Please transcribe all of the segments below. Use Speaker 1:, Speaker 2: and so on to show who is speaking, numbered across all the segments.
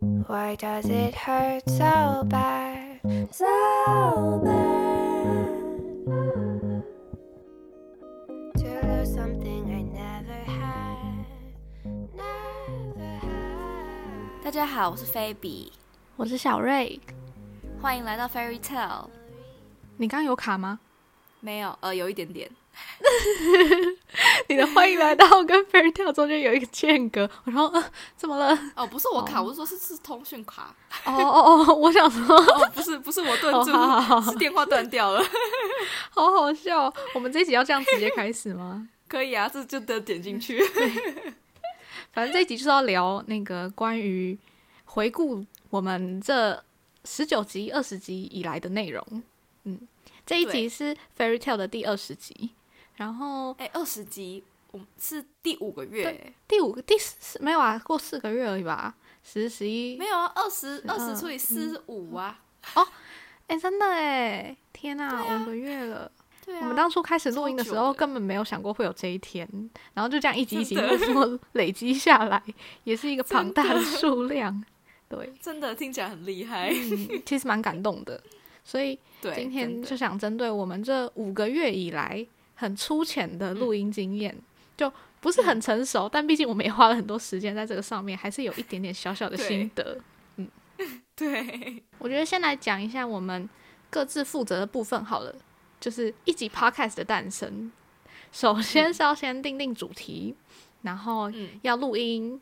Speaker 1: Why does it hurt so bad?
Speaker 2: So bad.
Speaker 1: To lose something I never had. Never had.
Speaker 2: 大家好，我是菲比，
Speaker 3: 我是小瑞。
Speaker 2: 欢迎来到 Fairy Tale。
Speaker 3: 你刚有卡吗？
Speaker 2: 没有，呃，有一点点。
Speaker 3: 你的欢迎来到跟 Fairy Tale 中间有 一个间隔。我说、呃、怎么了？
Speaker 2: 哦，不是我卡，我是说是是通讯卡。
Speaker 3: 哦哦 哦，我想说，
Speaker 2: 哦，不是不是我顿住，
Speaker 3: 哦好好好
Speaker 2: 是电话断掉 了。
Speaker 3: 好好笑哦。我们这一集要这样直接开始 吗？
Speaker 2: 可以啊，这就得点进去。
Speaker 3: 反正这一集就是要聊那个关于回顾我们这十九集、二十集以来的内容。嗯，这一集
Speaker 2: 对
Speaker 3: 是 Fairy Tale 的第二十集，然后
Speaker 2: 哎，二十集，我们是第五个月，
Speaker 3: 第五个、第四没有啊，过四个月而已吧，十、十一
Speaker 2: 没。有啊，二十
Speaker 3: 嗯
Speaker 2: 二十除以四是五啊。
Speaker 3: 哎、真的哎，天呐，
Speaker 2: 对啊
Speaker 3: 五个月了。
Speaker 2: 对啊，
Speaker 3: 我们当初开始录音的时
Speaker 2: 超久
Speaker 3: 候，
Speaker 2: 的
Speaker 3: 根本没有想过会有这一天，然后就这样一集一集
Speaker 2: 真的
Speaker 3: 默默累积下来，也是一 个庞大的数量。对，
Speaker 2: 真的听起来很厉害。
Speaker 3: 嗯，其实蛮感动的。所以
Speaker 2: 对，
Speaker 3: 今
Speaker 2: 真
Speaker 3: 天
Speaker 2: 的
Speaker 3: 就想针对我们这五个月以来很粗浅的
Speaker 2: 嗯
Speaker 3: 录音经验，就不是很成熟，但毕竟我们也花了很多时间在这个上面，还是有一点点小小的
Speaker 2: 对
Speaker 3: 心得。
Speaker 2: 对，
Speaker 3: 我觉得先来讲一下我们各自负责的部分好了，就是一集 podcast 的诞生。首先是要先定定主题，然后
Speaker 2: 嗯，
Speaker 3: 要录音、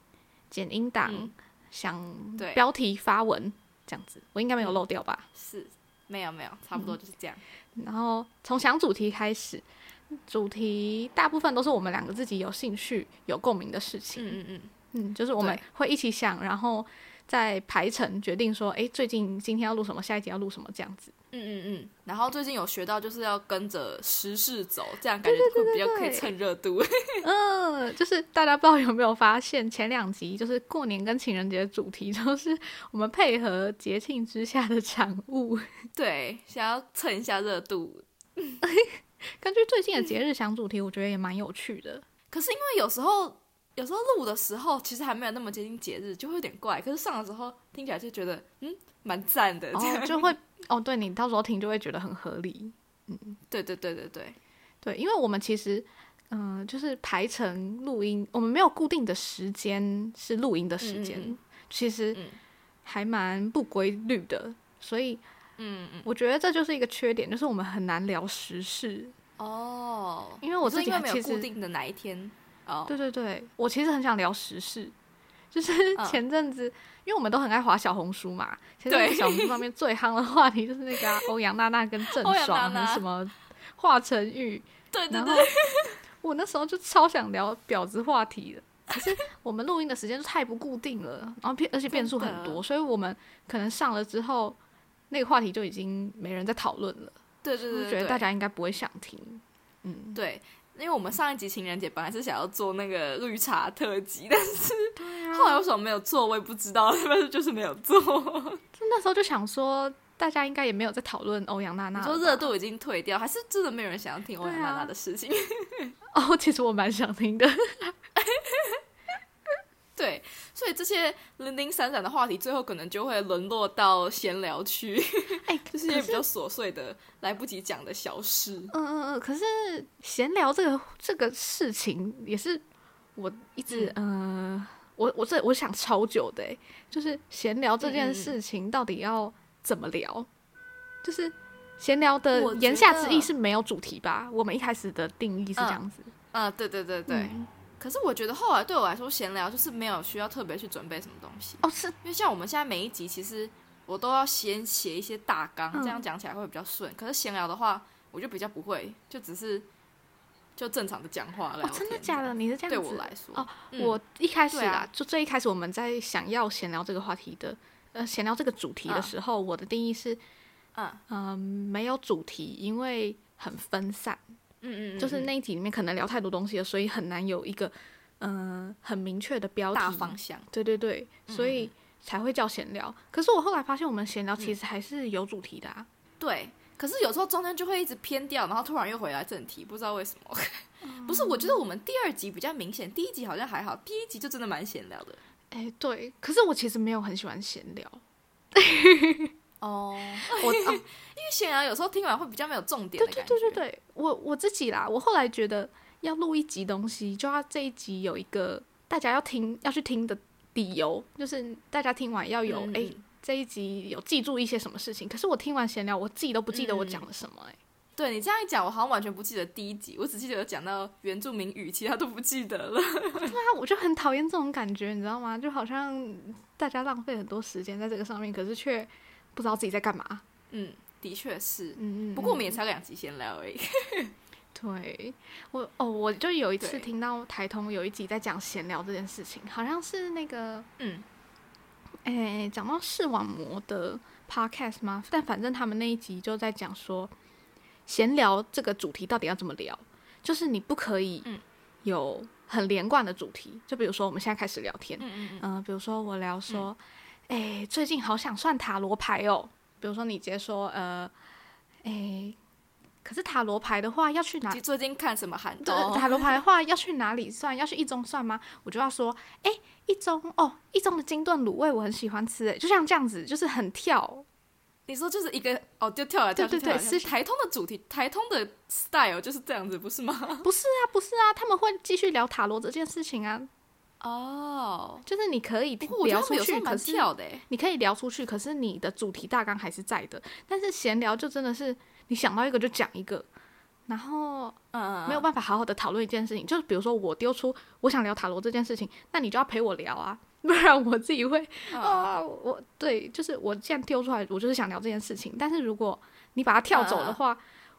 Speaker 3: 剪音档、
Speaker 2: 嗯
Speaker 3: 想
Speaker 2: 对嗯
Speaker 3: 标题发文这样子，我应该没有漏掉吧？
Speaker 2: 是没有没有，差不多就是这样。
Speaker 3: 然后从想主题开始，主题大部分都是我们两个自己有兴趣、有共鸣的事情。
Speaker 2: 嗯嗯嗯，
Speaker 3: 嗯，就是我们
Speaker 2: 对
Speaker 3: 会一起想，然后再排程决定说，诶，最近今天要录什么，下一集要录什么这样子。
Speaker 2: 嗯嗯嗯，然后最近有学到就是要跟着时事走，这样感觉会比较可以
Speaker 3: 对
Speaker 2: 趁热度。
Speaker 3: 嗯，就是大家不知道有没有发现，前两集就是过年跟情人节的主题，就是我们配合节庆之下的产物。
Speaker 2: 对，想要蹭一下热度。
Speaker 3: 根据最近的节日想主题，我觉得也蛮有趣的。
Speaker 2: 可是因为有时候有时候录的时候其实还没有那么接近节日，就会有点怪。可是上的时候听起来就觉得嗯蛮赞的，这样、
Speaker 3: 哦，就会哦，对你到时候听就会觉得很合理。
Speaker 2: 对对对对对，
Speaker 3: 对，因为我们其实。嗯、就是排程录音，我们没有固定的时间是录音的时间，
Speaker 2: 嗯嗯嗯
Speaker 3: 其实
Speaker 2: 嗯
Speaker 3: 还蛮不规律的，所以
Speaker 2: 嗯嗯
Speaker 3: 我觉得这就是一个缺点，就是我们很难聊时事，
Speaker 2: 哦，
Speaker 3: 因为我
Speaker 2: 你说
Speaker 3: 自己
Speaker 2: 因为没有
Speaker 3: 其
Speaker 2: 固
Speaker 3: 实
Speaker 2: 定的哪一天哦，
Speaker 3: 对对对，我其实很想聊时事，就是
Speaker 2: 嗯
Speaker 3: 前阵子，因为我们都很爱滑小红书嘛，前阵子
Speaker 2: 对
Speaker 3: 小红书上面最夯的话题就是那个啊、欧阳娜娜跟郑
Speaker 2: 欧阳
Speaker 3: 爽
Speaker 2: 娜
Speaker 3: 还
Speaker 2: 娜
Speaker 3: 有什么华晨宇，
Speaker 2: 对对
Speaker 3: 然后
Speaker 2: 对，
Speaker 3: 我那时候就超想聊婊子话题的。可是我们录音的时间就太不固定了，然后变而且变数很
Speaker 2: 真
Speaker 3: 多，
Speaker 2: 的
Speaker 3: 所以我们可能上了之后，那个话题就已经没人在讨论了，
Speaker 2: 对对
Speaker 3: 就
Speaker 2: 对
Speaker 3: 是
Speaker 2: 对，
Speaker 3: 觉得
Speaker 2: 对
Speaker 3: 大家应该不会想听。嗯，
Speaker 2: 对。因为我们上一集情人节本来是想要做那个绿茶特辑，但是
Speaker 3: 啊
Speaker 2: 后来为什么没有做，我也不知道，但是就是没有做。
Speaker 3: 那时候就想说，大家应该也没有在讨论欧阳娜娜
Speaker 2: 你
Speaker 3: 了吧，啊
Speaker 2: 说热度已经退掉，还是真的没有人想要听欧阳娜娜的事情？
Speaker 3: 哦，其实我蛮想听的。
Speaker 2: 对，所以这些零零散散的话题，最后可能就会沦落到闲聊区，
Speaker 3: 哎、
Speaker 2: 就
Speaker 3: 可
Speaker 2: 是一些比较琐碎的、来不及讲的小事。
Speaker 3: 嗯嗯嗯，可是闲聊这个这个事情也是我一直嗯、呃，我我这我想超久的欸，就是闲聊这
Speaker 2: 嗯嗯
Speaker 3: 件
Speaker 2: 嗯
Speaker 3: 事情到底要怎么聊？就是闲聊的
Speaker 2: 我觉
Speaker 3: 言下之意
Speaker 2: 得
Speaker 3: 是没有主题吧？我们一开始的定义是这
Speaker 2: 嗯
Speaker 3: 样子，
Speaker 2: 啊、对对对对。
Speaker 3: 嗯
Speaker 2: 可是我觉得后来对我来说，闲聊就是没有需要特别去准备什么东西，
Speaker 3: 哦是
Speaker 2: 因为像我们现在每一集，其实我都要先写一些大纲，
Speaker 3: 嗯
Speaker 2: 这样讲起来会比较顺。可是闲聊的话，我就比较不会，就只是就正常的讲话聊
Speaker 3: 哦
Speaker 2: 天
Speaker 3: 真的假的？？你是这
Speaker 2: 对
Speaker 3: 样
Speaker 2: 我
Speaker 3: 子？
Speaker 2: 来说，
Speaker 3: 哦
Speaker 2: 嗯
Speaker 3: 我一开始
Speaker 2: 对
Speaker 3: 啦
Speaker 2: 啊，
Speaker 3: 就最一开始我们在想要闲聊这个话题的，呃，闲聊这个主题的
Speaker 2: 嗯
Speaker 3: 时候，我的定义是，
Speaker 2: 嗯
Speaker 3: 嗯，没有主题，因为很分散，
Speaker 2: 嗯嗯，嗯
Speaker 3: 就是
Speaker 2: 嗯
Speaker 3: 那一题里面可能聊太多东西了，所以很难有一个，嗯、很明确的标题。
Speaker 2: 大方向。嗯
Speaker 3: 对对对，所以才会叫闲聊。可是我后来发现，我们闲聊其实还是有主题的啊。
Speaker 2: 对，可是有时候中间就会一直偏掉，然后突然又回来正题，不知道为什 么。不是，我觉得我们第二集比较明显，第一集好像还好，第一集就真的蛮闲聊的。
Speaker 3: 哎、哎、对，可是我其实没有很喜欢闲聊，
Speaker 2: 哦，
Speaker 3: 我、啊、
Speaker 2: 因为显然有时候听完会比较没有重点的
Speaker 3: 对对
Speaker 2: 感觉。
Speaker 3: 对对对，我我自己啦，我后来觉得要录一集东西，就要这一集有一个大家要听要去听的理由，就是大家听完要有哎、
Speaker 2: 嗯嗯
Speaker 3: 这一集有记住一些什么事情。可是我听完闲聊，我自己都不记得我
Speaker 2: 嗯
Speaker 3: 讲了什么哎、
Speaker 2: 对你这样一讲，我好像完全不记得第一集，我只记得有讲到原住民语，其他都不记得了。
Speaker 3: 对 啊，我就很讨厌这种感觉，你知道吗？就好像大家浪费很多时间在这个上面，可是却不知道自己在干嘛。
Speaker 2: 嗯，的确是。
Speaker 3: 嗯嗯。
Speaker 2: 不过我
Speaker 3: 嗯
Speaker 2: 们也才两集闲聊而已。
Speaker 3: 对我哦，我就有一次
Speaker 2: 对
Speaker 3: 听到台通有一集在讲闲聊这件事情，好像是那个
Speaker 2: 嗯，
Speaker 3: 诶，讲到视网膜的 podcast 吗？但反正他们那一集就在讲说，闲聊这个主题到底要怎么聊，就是你不可以
Speaker 2: 嗯
Speaker 3: 有很连贯的主题，就比如说我们现在开始聊天，
Speaker 2: 嗯嗯
Speaker 3: 嗯、比如说我聊说，哎、最近好想算塔罗牌哦。比如说你直接说，呃，哎，可是塔罗牌的话要去哪
Speaker 2: 嗯，就最近看什么韩
Speaker 3: 对，
Speaker 2: 哦
Speaker 3: 塔罗牌的话要去哪里算？要去一中算吗？我就要说，哎、一中哦，一中的金盾卤味我很喜欢吃，哎，就像这样子，就是很跳，
Speaker 2: 你说就是一个哦，就跳来跳去，
Speaker 3: 对对对
Speaker 2: 跳来跳去
Speaker 3: 是
Speaker 2: 台通的主题，台通的 style 就是这样子，不是吗？
Speaker 3: 不是啊，不是啊，他们会继续聊塔罗这件事情啊，
Speaker 2: 哦，
Speaker 3: 就是你可以
Speaker 2: 不过我觉
Speaker 3: 聊
Speaker 2: 得他
Speaker 3: 出
Speaker 2: 们有时
Speaker 3: 去，
Speaker 2: 候
Speaker 3: 可
Speaker 2: 蛮
Speaker 3: 是
Speaker 2: 跳的欸，
Speaker 3: 你可以聊出去，可是你的主题大纲还是在的，但是闲聊就真的是你想到一个就讲一个，然后
Speaker 2: 嗯，
Speaker 3: 没有办法好好的讨论一件事情。就是比如说我丢出我想聊塔罗这件事情，那你就要陪我聊啊，不然我自己会
Speaker 2: 嗯
Speaker 3: 啊、我对，就是我既然丢出来，我就是想聊这件事情。但是如果你把它跳走
Speaker 2: 嗯
Speaker 3: 的话，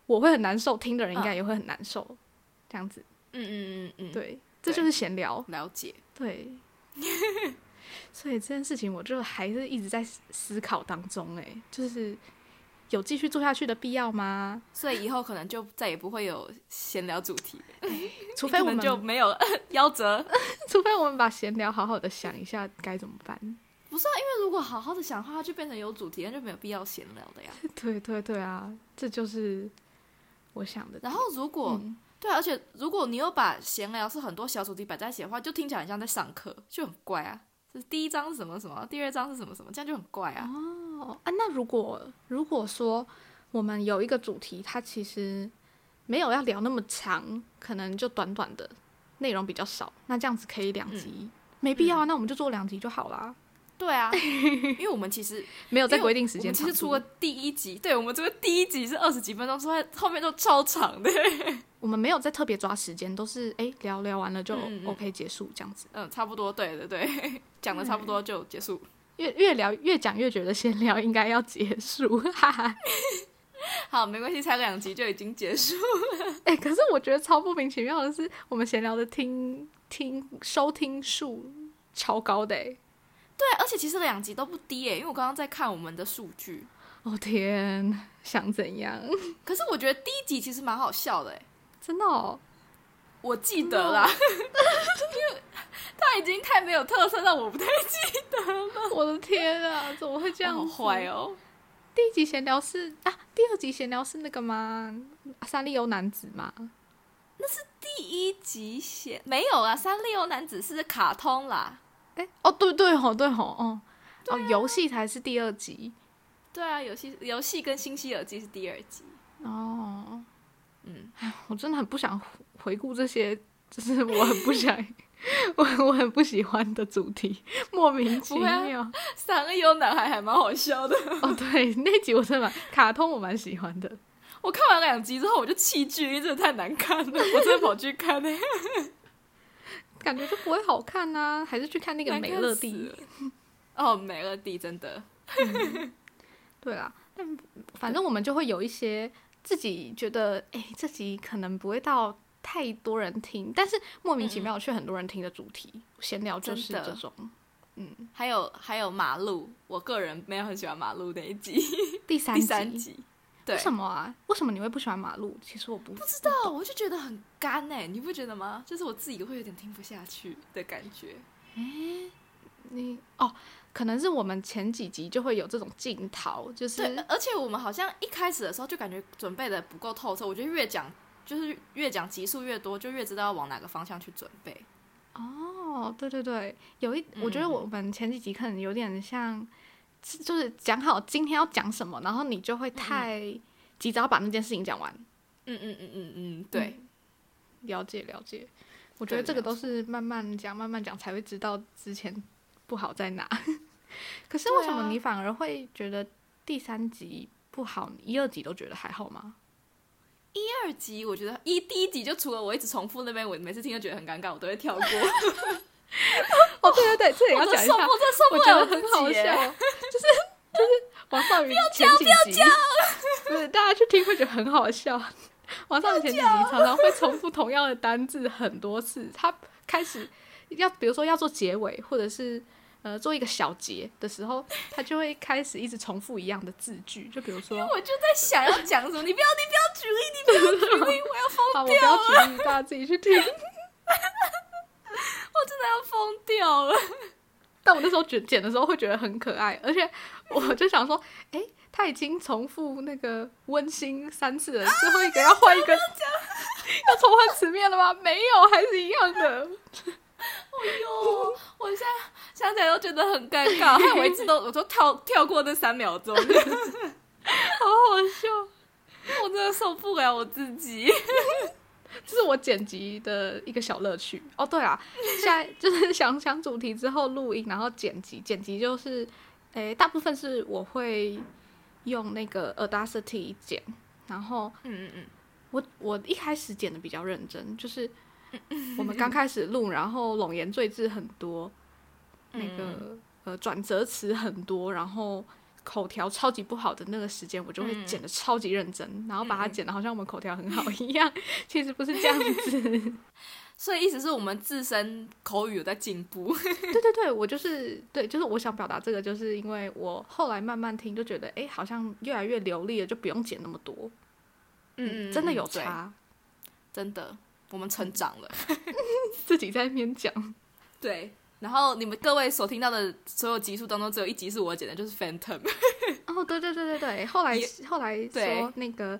Speaker 3: 我会很难受，听的人应该也会很难受。这样子，
Speaker 2: 嗯嗯嗯嗯，嗯，
Speaker 3: 对，这就是闲聊，
Speaker 2: 了解。
Speaker 3: 对。 所以这件事情，我就还是一直在思思考当中、欸，哎，就是有继续做下去的必要吗？
Speaker 2: 所以以后可能就再也不会有闲聊主题，
Speaker 3: 除非我
Speaker 2: 可
Speaker 3: 们
Speaker 2: 能，就没有 夭折。
Speaker 3: 除非我们把闲聊好好的想一下该怎么办。
Speaker 2: 那如果好好的想的话，它就变成有主题，那就没有必要闲聊的 呀。
Speaker 3: 对对对啊，这就是我想的点。
Speaker 2: 然后如果、
Speaker 3: 嗯
Speaker 2: 对啊、而且如果你又把闲聊是很多小主题摆在一起的话，就听起来很像在上课，就很怪啊。就是第一章是什么什么，第二章是什么什么，这样就很怪啊。
Speaker 3: 哦啊，那如果如果说我们有一个主题，它其实没有要聊那么长，可能就短短的内容比较少，那这样子可以两集，没必要啊，那我们就做两集就好啦，
Speaker 2: 对 啊，因为我们其实
Speaker 3: 没有
Speaker 2: 因为
Speaker 3: 在规定时
Speaker 2: 我
Speaker 3: 间
Speaker 2: 们
Speaker 3: 长
Speaker 2: 其
Speaker 3: 度。
Speaker 2: 实除了第一集，对我们这个第一集是二十几分钟，之外后面都超长的。
Speaker 3: 我们没有在特别抓时间，都是哎、聊聊完了就
Speaker 2: 嗯嗯嗯
Speaker 3: OK 结束这样子，
Speaker 2: 嗯，差不多，对对对， 讲的差不多就结束。
Speaker 3: 越越聊越讲越觉得闲聊应该要结束，哈哈。
Speaker 2: 好，没关系，才两集就已经结 束。
Speaker 3: 哎、可是我觉得超莫名其妙的是，我们闲聊的听听收听数超高的哎、
Speaker 2: 对，而且其实两集都不低耶，因为我刚刚在看我们的数据，
Speaker 3: 哦天，想怎样？
Speaker 2: 可是我觉得第一集其实蛮好笑的耶，
Speaker 3: 真的哦，
Speaker 2: 我记得啦， 因为他已经太没有特色，让我不太
Speaker 3: 我的天啊，怎么会这
Speaker 2: 这
Speaker 3: 样？
Speaker 2: 样坏！哦。
Speaker 3: 第一集闲聊是啊，第二集闲聊是那个吗？三丽鸥男子吗？
Speaker 2: 第一集写没有啦，三丽鸥男子是卡通啦。
Speaker 3: 哎、哦对对吼对吼哦、
Speaker 2: 啊
Speaker 3: 哦，游戏才是第二集
Speaker 2: 对啊，游戏游戏跟新希尔记是第二集。
Speaker 3: 哦。
Speaker 2: 嗯，
Speaker 3: 我真的很不想回顾这些， 就是我很不想， 我我很不喜欢的主题，莫名其
Speaker 2: 不会啊
Speaker 3: 妙。
Speaker 2: 三丽鸥男孩还蛮好笑的。
Speaker 3: 哦，对，那集我真的蛮卡通，我蛮喜欢的。
Speaker 2: 我看完两集之后我就弃剧，因为真的太难看了，我真的跑去看欸那、
Speaker 3: 感觉就不会好看呐、还是去看那个
Speaker 2: 难
Speaker 3: 美
Speaker 2: 看
Speaker 3: 乐
Speaker 2: 死
Speaker 3: 蒂
Speaker 2: 了。哦，美乐蒂真的，
Speaker 3: 对啦，但反正我们就会有一些自己觉得，哎、这集可能不会到太多人听，但是莫名其妙却很多人听的主题，闲聊就是
Speaker 2: 嗯真的
Speaker 3: 这种。
Speaker 2: 还有还有马路，我个人没有很喜欢马路那一集，
Speaker 3: 第三
Speaker 2: 第
Speaker 3: 集，
Speaker 2: 三集。对，
Speaker 3: 为什么啊？为什么你会不喜欢马路？其实我不不知道。
Speaker 2: 哦，我就觉得很干哎、你不觉得吗？就是我自己会有点听不下去的感觉。
Speaker 3: 你哦，可能是我们前几集就会有这种镜头，就是
Speaker 2: 对，而且我们好像一开始的时候就感觉准备的不够透彻，我觉得越讲就是越讲集数越多，就越知道要往哪个方向去准备。
Speaker 3: 哦，对对对，有一，我觉得我们前几集可能有点像，是就是讲好今天要讲什么，然后你就会太急着要把那件事情讲完。
Speaker 2: 嗯嗯嗯嗯嗯，对，
Speaker 3: 了解了解，我觉得
Speaker 2: 对
Speaker 3: 这个都
Speaker 2: 了
Speaker 3: 是慢慢讲慢慢讲才会知道之前不好在哪。 可是为什
Speaker 2: 对
Speaker 3: 么
Speaker 2: 啊
Speaker 3: 你反而会觉得第三集不好，一二集都觉得还好吗？
Speaker 2: 第二集我觉得一第一集就除了我一直重复那边，我每次听都觉得很尴尬，我都会 跳过。
Speaker 3: 哦，对对对，这也
Speaker 2: 我
Speaker 3: 要
Speaker 2: 真
Speaker 3: 讲一
Speaker 2: 受不
Speaker 3: 下
Speaker 2: 了，，我
Speaker 3: 我
Speaker 2: 真受不了我
Speaker 3: 觉得
Speaker 2: 自
Speaker 3: 很
Speaker 2: 己
Speaker 3: 好
Speaker 2: 耶
Speaker 3: 笑， 就是就是王少宇前几集， 不是大家去听会觉得很好笑。王少宇前几集常常会重复同样的单字很多次，他开始要比如说要做结尾，或者是呃做一个小结的时候，他就会开始一直重复一样的字句，就比如说
Speaker 2: 我就在想要讲什么，你不要，你不要举例，你不要举例，我要疯，
Speaker 3: 啊，我不要举例，大家自己去听。
Speaker 2: 我真的要疯掉了。
Speaker 3: 但我那时候剪剪的时候会觉得很可爱，而且我就想说，哎、他已经重复那个温馨三次了，最后一个要换一个，要重换词面了吗？没有，还是一样的。
Speaker 2: 哎呦，我现在想起来都觉得很尴尬，害我一直都我都跳跳过那三秒钟， 我
Speaker 3: 好好笑。
Speaker 2: 真的受不了我自己。
Speaker 3: 这是我剪辑的一个小乐趣哦。对啊，现在 就是想想主题之后录音，然后剪辑，剪辑就是，诶、大部分是我会用那个 Audacity 剪，然后
Speaker 2: 嗯嗯嗯，
Speaker 3: 我我一开始剪的比较认真， 就是我们刚开始录，然后冗言赘字很多，那个呃转折词很多，然后口条超级不好的那个时间，我就会剪的超级认真，然后把它剪的好像我们口条很好一样， 其实不是这样子。
Speaker 2: 所以意思是我们自身口语有在进步。
Speaker 3: 对对对，我就是对，就是我想表达这个，就是因为我后来慢慢听就觉得，哎，好像越来越流利了，就不用剪那么多，
Speaker 2: 嗯
Speaker 3: 真的有，
Speaker 2: 对
Speaker 3: 差。
Speaker 2: 真的，我们成长了。
Speaker 3: 自己在那边讲，
Speaker 2: 对。然后你们各位所听到的所有集数当中，只有一集是我剪的，就是 Phantom。
Speaker 3: 哦，对对对对对，后来
Speaker 2: 也
Speaker 3: 后来
Speaker 2: 对
Speaker 3: 说那个，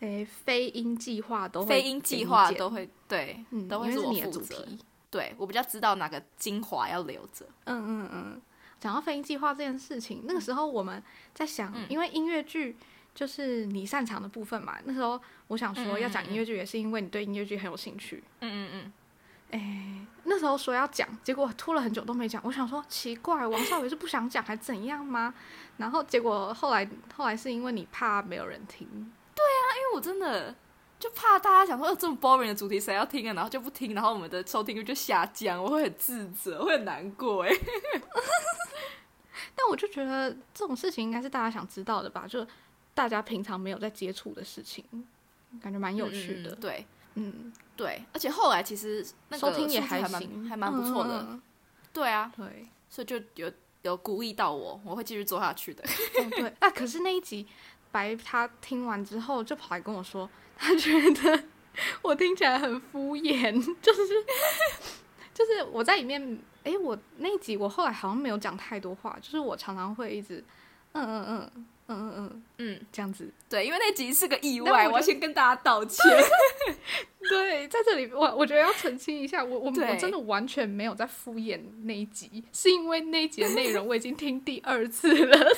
Speaker 3: 诶，非音计划都会
Speaker 2: 飞鹰计划都会对，
Speaker 3: 嗯，
Speaker 2: 都会
Speaker 3: 因为是
Speaker 2: 我
Speaker 3: 你的
Speaker 2: 负
Speaker 3: 主
Speaker 2: 责。
Speaker 3: 题。
Speaker 2: 对我比较知道哪个精华要留着。
Speaker 3: 嗯嗯嗯，讲到非音计划这件事情，那个时候我们在想，
Speaker 2: 嗯
Speaker 3: 因为音乐剧就是你擅长的部分嘛。那时候我想说
Speaker 2: 嗯
Speaker 3: 要讲音乐剧，也是因为你对音乐剧很有兴趣。
Speaker 2: 嗯嗯嗯。
Speaker 3: 那时候说要讲，结果拖了很久都没讲。我想说奇怪，王少伟是不想讲还怎样吗？然后结果后来后来是因为你怕没有人听，
Speaker 2: 因哎为我真的就怕大家想说，呃，这么 boring 的主题谁要听啊？然后就不听，然后我们的收听率就下降，我会很自责，我会很难过哎。
Speaker 3: 但我就觉得这种事情应该是大家想知道的吧，就大家平常没有在接触的事情，感觉蛮有趣
Speaker 2: 嗯
Speaker 3: 的
Speaker 2: 嗯嗯。对
Speaker 3: 嗯，
Speaker 2: 对，而且后来其实那个
Speaker 3: 收听也
Speaker 2: 数字还
Speaker 3: 行，
Speaker 2: 蛮还蛮不错的。
Speaker 3: 嗯。
Speaker 2: 对啊，
Speaker 3: 嗯
Speaker 2: 所以就有有鼓励到我，我会继续做下去的。
Speaker 3: 对，哦对。那可是那一集白他听完之后就跑来跟我说，他觉得我听起来很敷衍， 就是就是我在里面，诶，我那一集我后来好像没有讲太多话，就是我常常会一直嗯嗯嗯嗯嗯嗯嗯
Speaker 2: 嗯，
Speaker 3: 这样子。
Speaker 2: 对，因为那集是个意
Speaker 3: 但我
Speaker 2: 外，
Speaker 3: 觉
Speaker 2: 我要
Speaker 3: 得
Speaker 2: 先跟大家道歉。
Speaker 3: 对，在这里我我觉得要澄清一下，我我
Speaker 2: 对
Speaker 3: 我真的完全没有在敷衍那一集，是因为那一集的内容我已经听第二次了。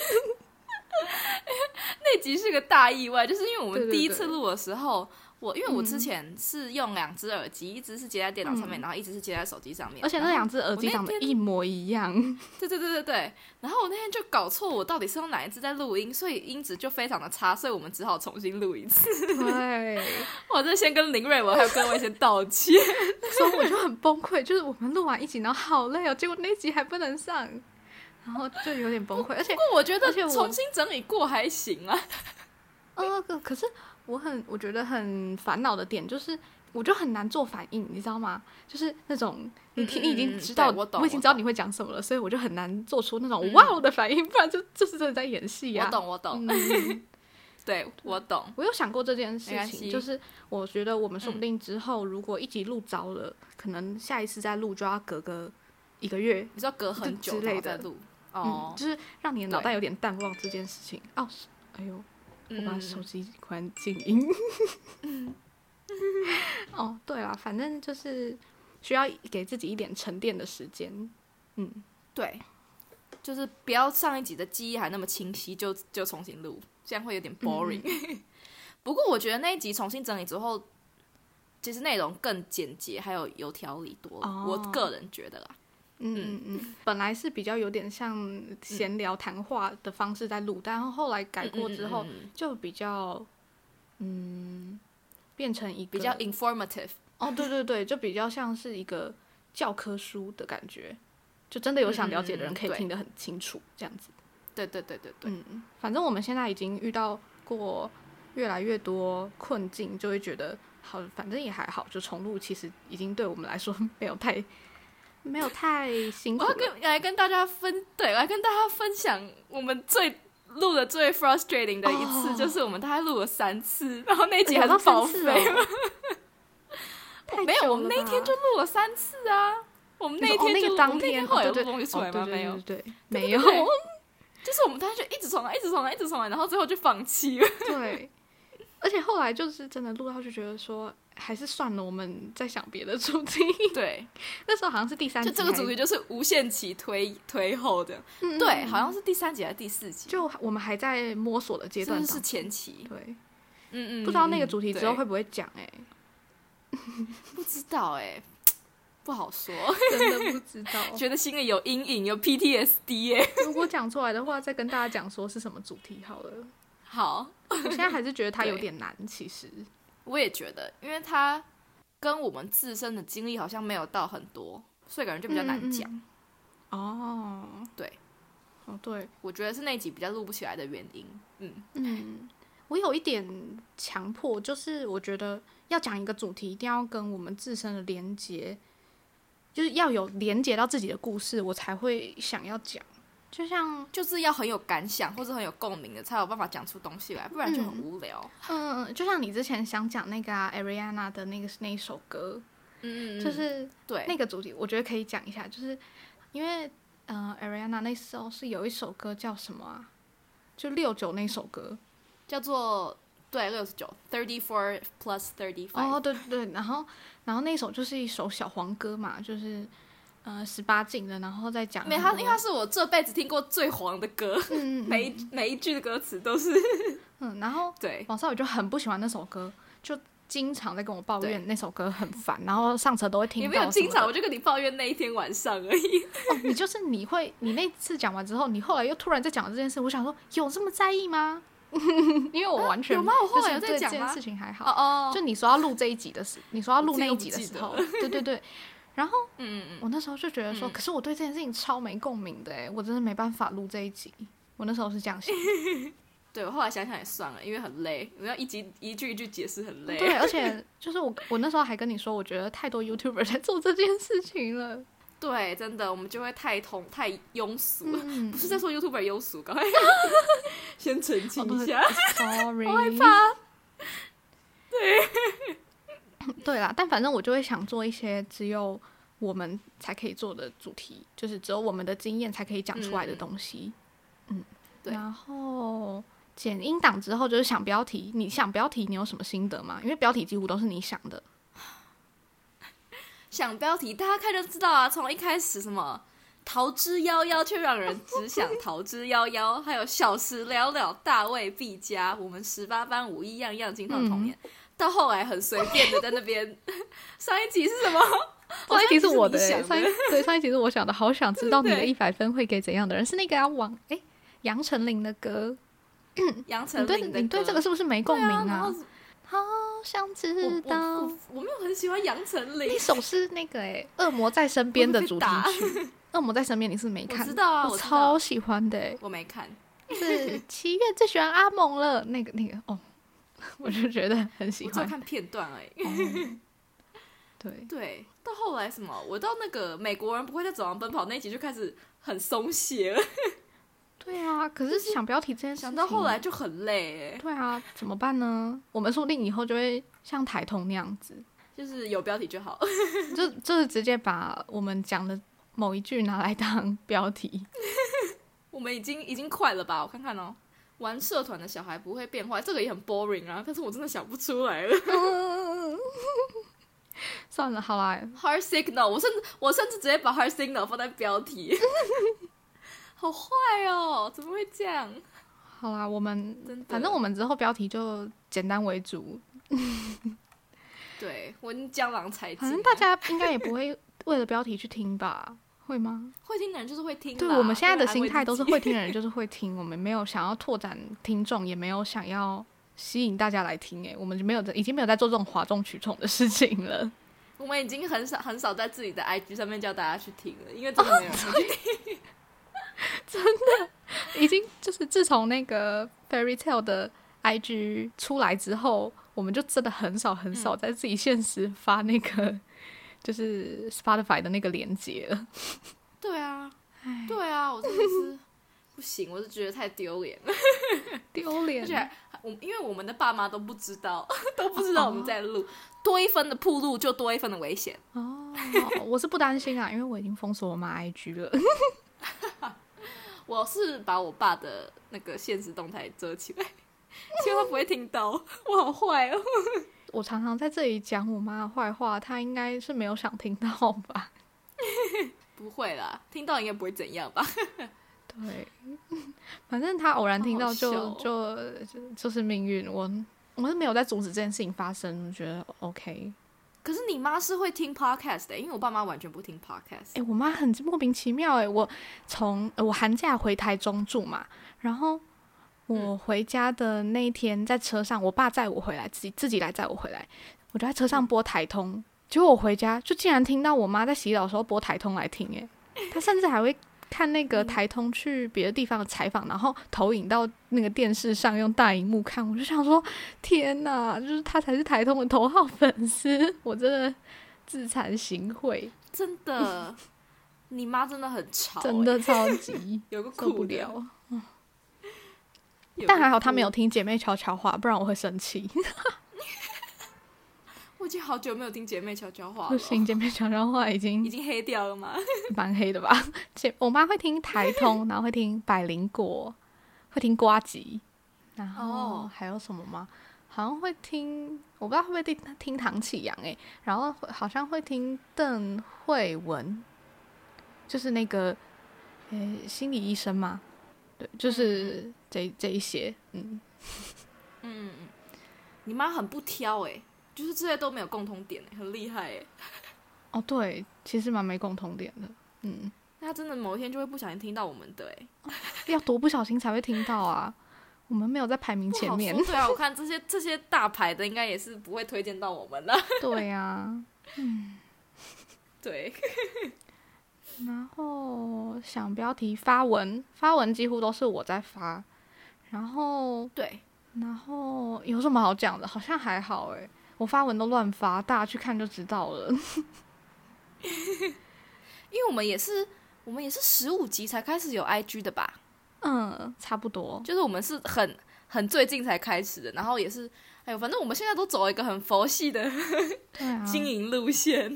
Speaker 2: 那集是个大意外，就是因为我
Speaker 3: 对
Speaker 2: 们
Speaker 3: 对
Speaker 2: 第一次
Speaker 3: 对嗯
Speaker 2: 录的时候，我因为我之前是用两只耳机，一只是接在电脑上面，然后一只是接在手机上面，
Speaker 3: 而且那
Speaker 2: 然后
Speaker 3: 两只耳机长得一模 一样，
Speaker 2: 对对对对对，然后我那天就搞错，我到底是用哪一只在录音，所以音质就非常的差，所以我们只好重新录一次。
Speaker 3: 对，
Speaker 2: 我这先跟林瑞文还有各位先道歉，
Speaker 3: 所以我就很崩溃，就是我们录完一集，然后好累哦，结果那集还不能上，然后就有点崩溃，而且
Speaker 2: 不过我觉得
Speaker 3: 而且我
Speaker 2: 重新整理过还行啊。
Speaker 3: 呃，可可是我很我觉得很烦恼的点就是，我就很难做反应，你知道吗？就是那种你听，你已
Speaker 2: 嗯嗯
Speaker 3: 经
Speaker 2: 嗯
Speaker 3: 知
Speaker 2: 对
Speaker 3: 道，
Speaker 2: 我懂
Speaker 3: 已经
Speaker 2: 我
Speaker 3: 知道你会讲什么了，所以我就很难做出那种
Speaker 2: 嗯
Speaker 3: 哇哦的反应，不然就就是真的在演戏呀、
Speaker 2: 我懂，我懂，
Speaker 3: 嗯，
Speaker 2: 对我懂。
Speaker 3: 我有想过这件事
Speaker 2: 没关
Speaker 3: 情，
Speaker 2: 系嗯
Speaker 3: 就是我觉得我们说不定之后如果一集录糟了，可能下一次再录就要隔个一个月，
Speaker 2: 你知道隔很久
Speaker 3: 之
Speaker 2: 然
Speaker 3: 类
Speaker 2: 后
Speaker 3: 的
Speaker 2: 再录哦
Speaker 3: 嗯，，就是让你的脑
Speaker 2: 对
Speaker 3: 袋有点淡忘这件事情。哦，是哎呦，我把
Speaker 2: 嗯
Speaker 3: 手机关 静音。哦，对啦，反正就是需要给自己一点沉淀的时间。嗯，
Speaker 2: 对，就是不要上一集的记忆还那么清晰，就就重新录，这样会有点
Speaker 3: 嗯
Speaker 2: boring。不 过我觉得那一集重新整理之后，其实内容更简洁，还有有条理多了。
Speaker 3: 哦
Speaker 2: 我个人觉得啦，
Speaker 3: 嗯嗯嗯，本来是比较有点像闲聊谈话的方式在录，但后来改过之后
Speaker 2: 嗯嗯，嗯嗯嗯
Speaker 3: 就比较，嗯，变成一个
Speaker 2: 比较 informative。
Speaker 3: 哦，对对对，就比较像是一个教科书的感觉，就真的有想了解的人
Speaker 2: 嗯
Speaker 3: 可以
Speaker 2: 对
Speaker 3: 听得很清楚，这样子。
Speaker 2: 对对对对对，
Speaker 3: 嗯，反正我们现在已经遇到过越来越多困境，就会觉得好，反正也还好，就重录其实已经对我们来说 没有 太没有太辛苦
Speaker 2: 我要
Speaker 3: 了。
Speaker 2: 跟来跟大家分，对，来跟大家分享我们最录的最 frustrating 的一次，
Speaker 3: 哦
Speaker 2: 就是我们大概录了三次，然后那一集还
Speaker 3: 有到
Speaker 2: 是报
Speaker 3: 三次
Speaker 2: 废
Speaker 3: 哦
Speaker 2: 了。
Speaker 3: 太
Speaker 2: 没
Speaker 3: 久
Speaker 2: 有，我们
Speaker 3: 了
Speaker 2: 那一天
Speaker 3: 吧
Speaker 2: 就录了三次啊。我们那一
Speaker 3: 哦
Speaker 2: 天就、
Speaker 3: 那个当
Speaker 2: 我们那
Speaker 3: 天
Speaker 2: 天后来
Speaker 3: 哦
Speaker 2: 有
Speaker 3: 对
Speaker 2: 录
Speaker 3: 对
Speaker 2: 东西出来吗？
Speaker 3: 哦对对
Speaker 2: 没有，
Speaker 3: 对对对没有，
Speaker 2: 对 就是我们当时就一直重来，一直重来，一直重来，然后最后就放弃了。
Speaker 3: 对，而且后来就是真的录到就觉得说，还是算了，我们再想别的主题。
Speaker 2: 对，
Speaker 3: 那时候好像是第三集
Speaker 2: 就
Speaker 3: 还，
Speaker 2: 这个主题就是无限期推推后的，
Speaker 3: 嗯，嗯
Speaker 2: 对，
Speaker 3: 嗯
Speaker 2: 好像是第三集还是第四集，
Speaker 3: 就我们还在摸索的阶
Speaker 2: 是不
Speaker 3: 段
Speaker 2: 是
Speaker 3: 当
Speaker 2: 是
Speaker 3: 中，
Speaker 2: 前期？
Speaker 3: 对，
Speaker 2: 嗯嗯，
Speaker 3: 不知道那个
Speaker 2: 嗯
Speaker 3: 主题之后
Speaker 2: 对
Speaker 3: 会不会讲 哎、
Speaker 2: 不知道哎、不好说，
Speaker 3: 真的不知道。
Speaker 2: 觉得心里有阴影，有 PTSD 哎、
Speaker 3: 如果讲出来的话，再跟大家讲说是什么主题好了。
Speaker 2: 好，
Speaker 3: 我现在还是觉得它有
Speaker 2: 对
Speaker 3: 点难，其实。
Speaker 2: 我也觉得，因为它跟我们自身的经历好像没有到很多，所以感觉就比较难
Speaker 3: 嗯嗯嗯
Speaker 2: 讲。
Speaker 3: 哦，
Speaker 2: 对，
Speaker 3: 哦对，
Speaker 2: 我觉得是那集比较录不起来的原因。嗯，
Speaker 3: 嗯，我有一点强迫，就是我觉得要讲一个主题，一定要跟我们自身的连接，就是要有连接到自己的故事，我才会想要讲。就像，
Speaker 2: 就是要很有感想或者很有共鸣的，才有办法讲出东西来，不然就很无聊。
Speaker 3: 嗯，就像你之前想讲那个啊，Ariana 的那个那一首歌，
Speaker 2: 嗯，嗯嗯
Speaker 3: 就是
Speaker 2: 对，
Speaker 3: 那个主题，我觉得可以讲一下，就是因为呃，Ariana 那时候是有一首歌叫什么啊？就六九那首歌。
Speaker 2: 叫做对六十九 thirty four plus thirty
Speaker 3: 哦，
Speaker 2: five。
Speaker 3: 对对，对然后然后那首就是一首小黄歌嘛，就是呃十八禁的，然后再讲
Speaker 2: 没
Speaker 3: 很
Speaker 2: 他，
Speaker 3: 多
Speaker 2: 因为他是我这辈子听过最黄的歌，
Speaker 3: 嗯嗯
Speaker 2: 每一每一句的歌词都是
Speaker 3: 嗯，然后
Speaker 2: 对，
Speaker 3: 王少宇就很不喜欢那首歌，就经常在跟我抱怨那首歌很烦，然后上车都会听
Speaker 2: 也
Speaker 3: 到
Speaker 2: 没
Speaker 3: 什么的。
Speaker 2: 有经常，我就跟你抱怨那一天晚上而已。
Speaker 3: 哦，你就是你会，你那次讲完之后，你后来又突然在讲这件事，我想说有这么在意吗？ 因为我完全、
Speaker 2: 啊有吗我后
Speaker 3: 就是
Speaker 2: 来有在
Speaker 3: 对
Speaker 2: 讲
Speaker 3: 这件
Speaker 2: 吗
Speaker 3: 事情还好
Speaker 2: 哦哦，
Speaker 3: 就你说要录这一集的时，你说要录
Speaker 2: 我自
Speaker 3: 那
Speaker 2: 己都不
Speaker 3: 一集的
Speaker 2: 记
Speaker 3: 时
Speaker 2: 得
Speaker 3: 候， 对对对。然后
Speaker 2: 嗯嗯
Speaker 3: 我那时候就觉得说，
Speaker 2: 嗯
Speaker 3: 可是我对这件事情超没共鸣的哎，我真的没办法录这一集。我那时候是这样想的，
Speaker 2: 嗯，对我后来想想也算了，因为很累，我要一集一句一句解释很累。
Speaker 3: 对，而且就是我，我那时候还跟你说，我觉得太多 YouTuber 在做这件事情了。
Speaker 2: 对，真的，我们就会太通太庸俗了。
Speaker 3: 嗯
Speaker 2: 不是在说 YouTuber 庸俗， 赶快先澄
Speaker 3: 哦
Speaker 2: 清一下。
Speaker 3: ，sorry，我害怕。对， 对啦，但反正我就会想做一些只有我们才可以做的主题，就是只有我们的经验才可以讲出来的东西。嗯，
Speaker 2: 对
Speaker 3: 然后剪音档之后就是想标题，你想标题，你有什么心得吗？因为标题几乎都是你想的。
Speaker 2: 想标题，大家看就知道啊。从一开始什么“逃之夭夭”，却让人只想逃之夭夭；还有“小时了了，大未必佳”，我们十八般武艺，样样精通童
Speaker 3: 嗯
Speaker 2: 年。到后来很随便的在那边，上一集是 什么？
Speaker 3: 上一题是我的、
Speaker 2: 上一集是你
Speaker 3: 欸，上一
Speaker 2: 想的
Speaker 3: 对上一题是我想的，好想知道你的
Speaker 2: 对
Speaker 3: 一百分会给怎样的人？是那个啊，王哎杨丞琳的歌，
Speaker 2: 杨丞
Speaker 3: 你对
Speaker 2: 琳的
Speaker 3: 你对
Speaker 2: 歌
Speaker 3: 这个是不是没共鸣
Speaker 2: 对啊，然后
Speaker 3: 好想知
Speaker 2: 我我
Speaker 3: 道
Speaker 2: 我我没有很喜欢杨丞琳
Speaker 3: 那，首是那个哎、恶魔在身边》的主题
Speaker 2: 我
Speaker 3: 曲， 《恶魔在身边》你是不是没
Speaker 2: 我
Speaker 3: 看？
Speaker 2: 知道啊，
Speaker 3: 我
Speaker 2: 我知道，
Speaker 3: 超喜欢的、欸
Speaker 2: 我没看，
Speaker 3: 是七月最喜欢阿蒙了，那个那个哦，我就觉得很喜
Speaker 2: 我只有
Speaker 3: 欢。
Speaker 2: 看片段而已。
Speaker 3: 哦对，
Speaker 2: 对，到后来什么，我到那个美国人不会在走廊奔跑那一集就开始很松懈了，
Speaker 3: 对啊，可是想标题这件事情，
Speaker 2: 想到后来就很累哎，
Speaker 3: 对啊，怎么办呢？我们说不定以后就会像台通那样 子，
Speaker 2: 就是有标题就好。
Speaker 3: 就就是直接把我们讲的某一句拿来当标 题。
Speaker 2: 我们已经已经快了吧？我看看哦。玩社团的小孩不会变坏，这个也很 boring 啊，但是我真的想不出来了。
Speaker 3: 算了，好啦，
Speaker 2: Heart Signal，我甚至我甚至直接把 Heart Signal 放在标题， 好坏哦，怎么会这样？
Speaker 3: 好啦，我们
Speaker 2: 真的，
Speaker 3: 反正我们之后标题就简单为主，
Speaker 2: 对我已经江郎才尽
Speaker 3: 反
Speaker 2: 了，
Speaker 3: 正大家应该也不会为了标题去听吧？会吗？
Speaker 2: 会听的人就是会听啦，啊
Speaker 3: 对我们现在的
Speaker 2: 不然安
Speaker 3: 心
Speaker 2: 慰
Speaker 3: 态都
Speaker 2: 自
Speaker 3: 是
Speaker 2: 己
Speaker 3: 会听的人就是会听，我们没有想要拓展听众，也没有想要吸引大家来听、欸诶，我们就没有在已经没有在做这种哗众取宠的事情了。
Speaker 2: 我们已经很少很少在自己的 IG 上面叫大家去听了，因为真的没有人
Speaker 3: 哦
Speaker 2: 会听。
Speaker 3: 已经就是自从那个 Fairy Tale 的 IG 出来之后，我们就真的很少很少在自己现实发那个、 就是 Spotify 的那个链接了。
Speaker 2: 对啊，对啊，我真的是不行，我是觉得太丢脸了。
Speaker 3: 丢
Speaker 2: 而
Speaker 3: 脸！
Speaker 2: 且我因为我们的爸妈都不知道， 都不知道我们在录，多一分的铺路就多一分的危险。
Speaker 3: 哦，我是不担心啊，因为我已经封锁我妈 IG 了。
Speaker 2: 我是把我爸的那个现实动态遮起来， 希望他不会听到。我好坏哦，
Speaker 3: 我常常在这里讲我妈的坏话，她应该是没有想听到吧？
Speaker 2: 不会啦，听到应该不会怎样吧？
Speaker 3: 对， 反正她偶然听到就
Speaker 2: 好好笑哦
Speaker 3: 就就就是命运。我我是没有在阻止这件事情发生，我觉得 OK。
Speaker 2: 可是你妈是会听 podcast 的、因为我爸妈完全不听 podcast。
Speaker 3: 哎、我妈很莫名其妙哎、我从呃我寒假回台中住嘛，然后我回家的那一天在车上，我爸载我回来，自己自己来载我回来，我就在车上播台通，结果我回家就竟然听到我妈在洗澡的时候播台通来听哎、她甚至还会。看那个台通去别的地方的采访，然后投影到那个电视上，用大荧幕看，我就想说，天哪，就是她才是台通的头号粉丝，我真的自惭形秽。
Speaker 2: 真的，你妈真的很吵、
Speaker 3: 真
Speaker 2: 欸
Speaker 3: 的超 级
Speaker 2: 有个
Speaker 3: 受
Speaker 2: 苦
Speaker 3: 不了。
Speaker 2: 有个
Speaker 3: 但还好他没有
Speaker 2: 哭。
Speaker 3: 听姐妹悄悄话，不然我会生气。
Speaker 2: 我已经好久没有听姐妹悄悄话
Speaker 3: 不
Speaker 2: 了，
Speaker 3: 行，姐妹悄悄话已
Speaker 2: 已
Speaker 3: 经
Speaker 2: 经黑掉了吗？
Speaker 3: 蛮黑的吧？姐，我妈会听台通，然后会听百灵果，会听瓜吉，然后
Speaker 2: 哦
Speaker 3: 还有什么吗？好像会听，我不知道会不会听听唐启阳诶，然后会好像会听邓慧文，就是那个诶、心理医生嘛，对，
Speaker 2: 哦
Speaker 3: 就是这这一些，嗯，
Speaker 2: 嗯，嗯你妈很不挑哎、就是这些都没有共同点、欸，很厉害哎、
Speaker 3: 哦对，其实蛮没共同点的，嗯。
Speaker 2: 那她真的某一天就会不小心听到我们的哎、
Speaker 3: 要多不小心才会听到啊！我们没有在排名
Speaker 2: 不
Speaker 3: 前
Speaker 2: 好
Speaker 3: 面
Speaker 2: 说。，对啊，我看这些这些大牌的应该也是不会推荐到我们 了。
Speaker 3: 对啊。
Speaker 2: 对，
Speaker 3: 然后想标题发文，发文几乎都是我在发。然后，
Speaker 2: 对，
Speaker 3: 然后有什么好讲的？好像还好诶、我发文都乱发，大家去看就知道了。
Speaker 2: 因为我们也是我们也是十五集才开始有 IG 的吧？
Speaker 3: 嗯，差不多。
Speaker 2: 就是我们是很很最近才开始的，然后也是，哎呦，反正我们现在都走一个很佛系的
Speaker 3: 对啊。
Speaker 2: 经营路线。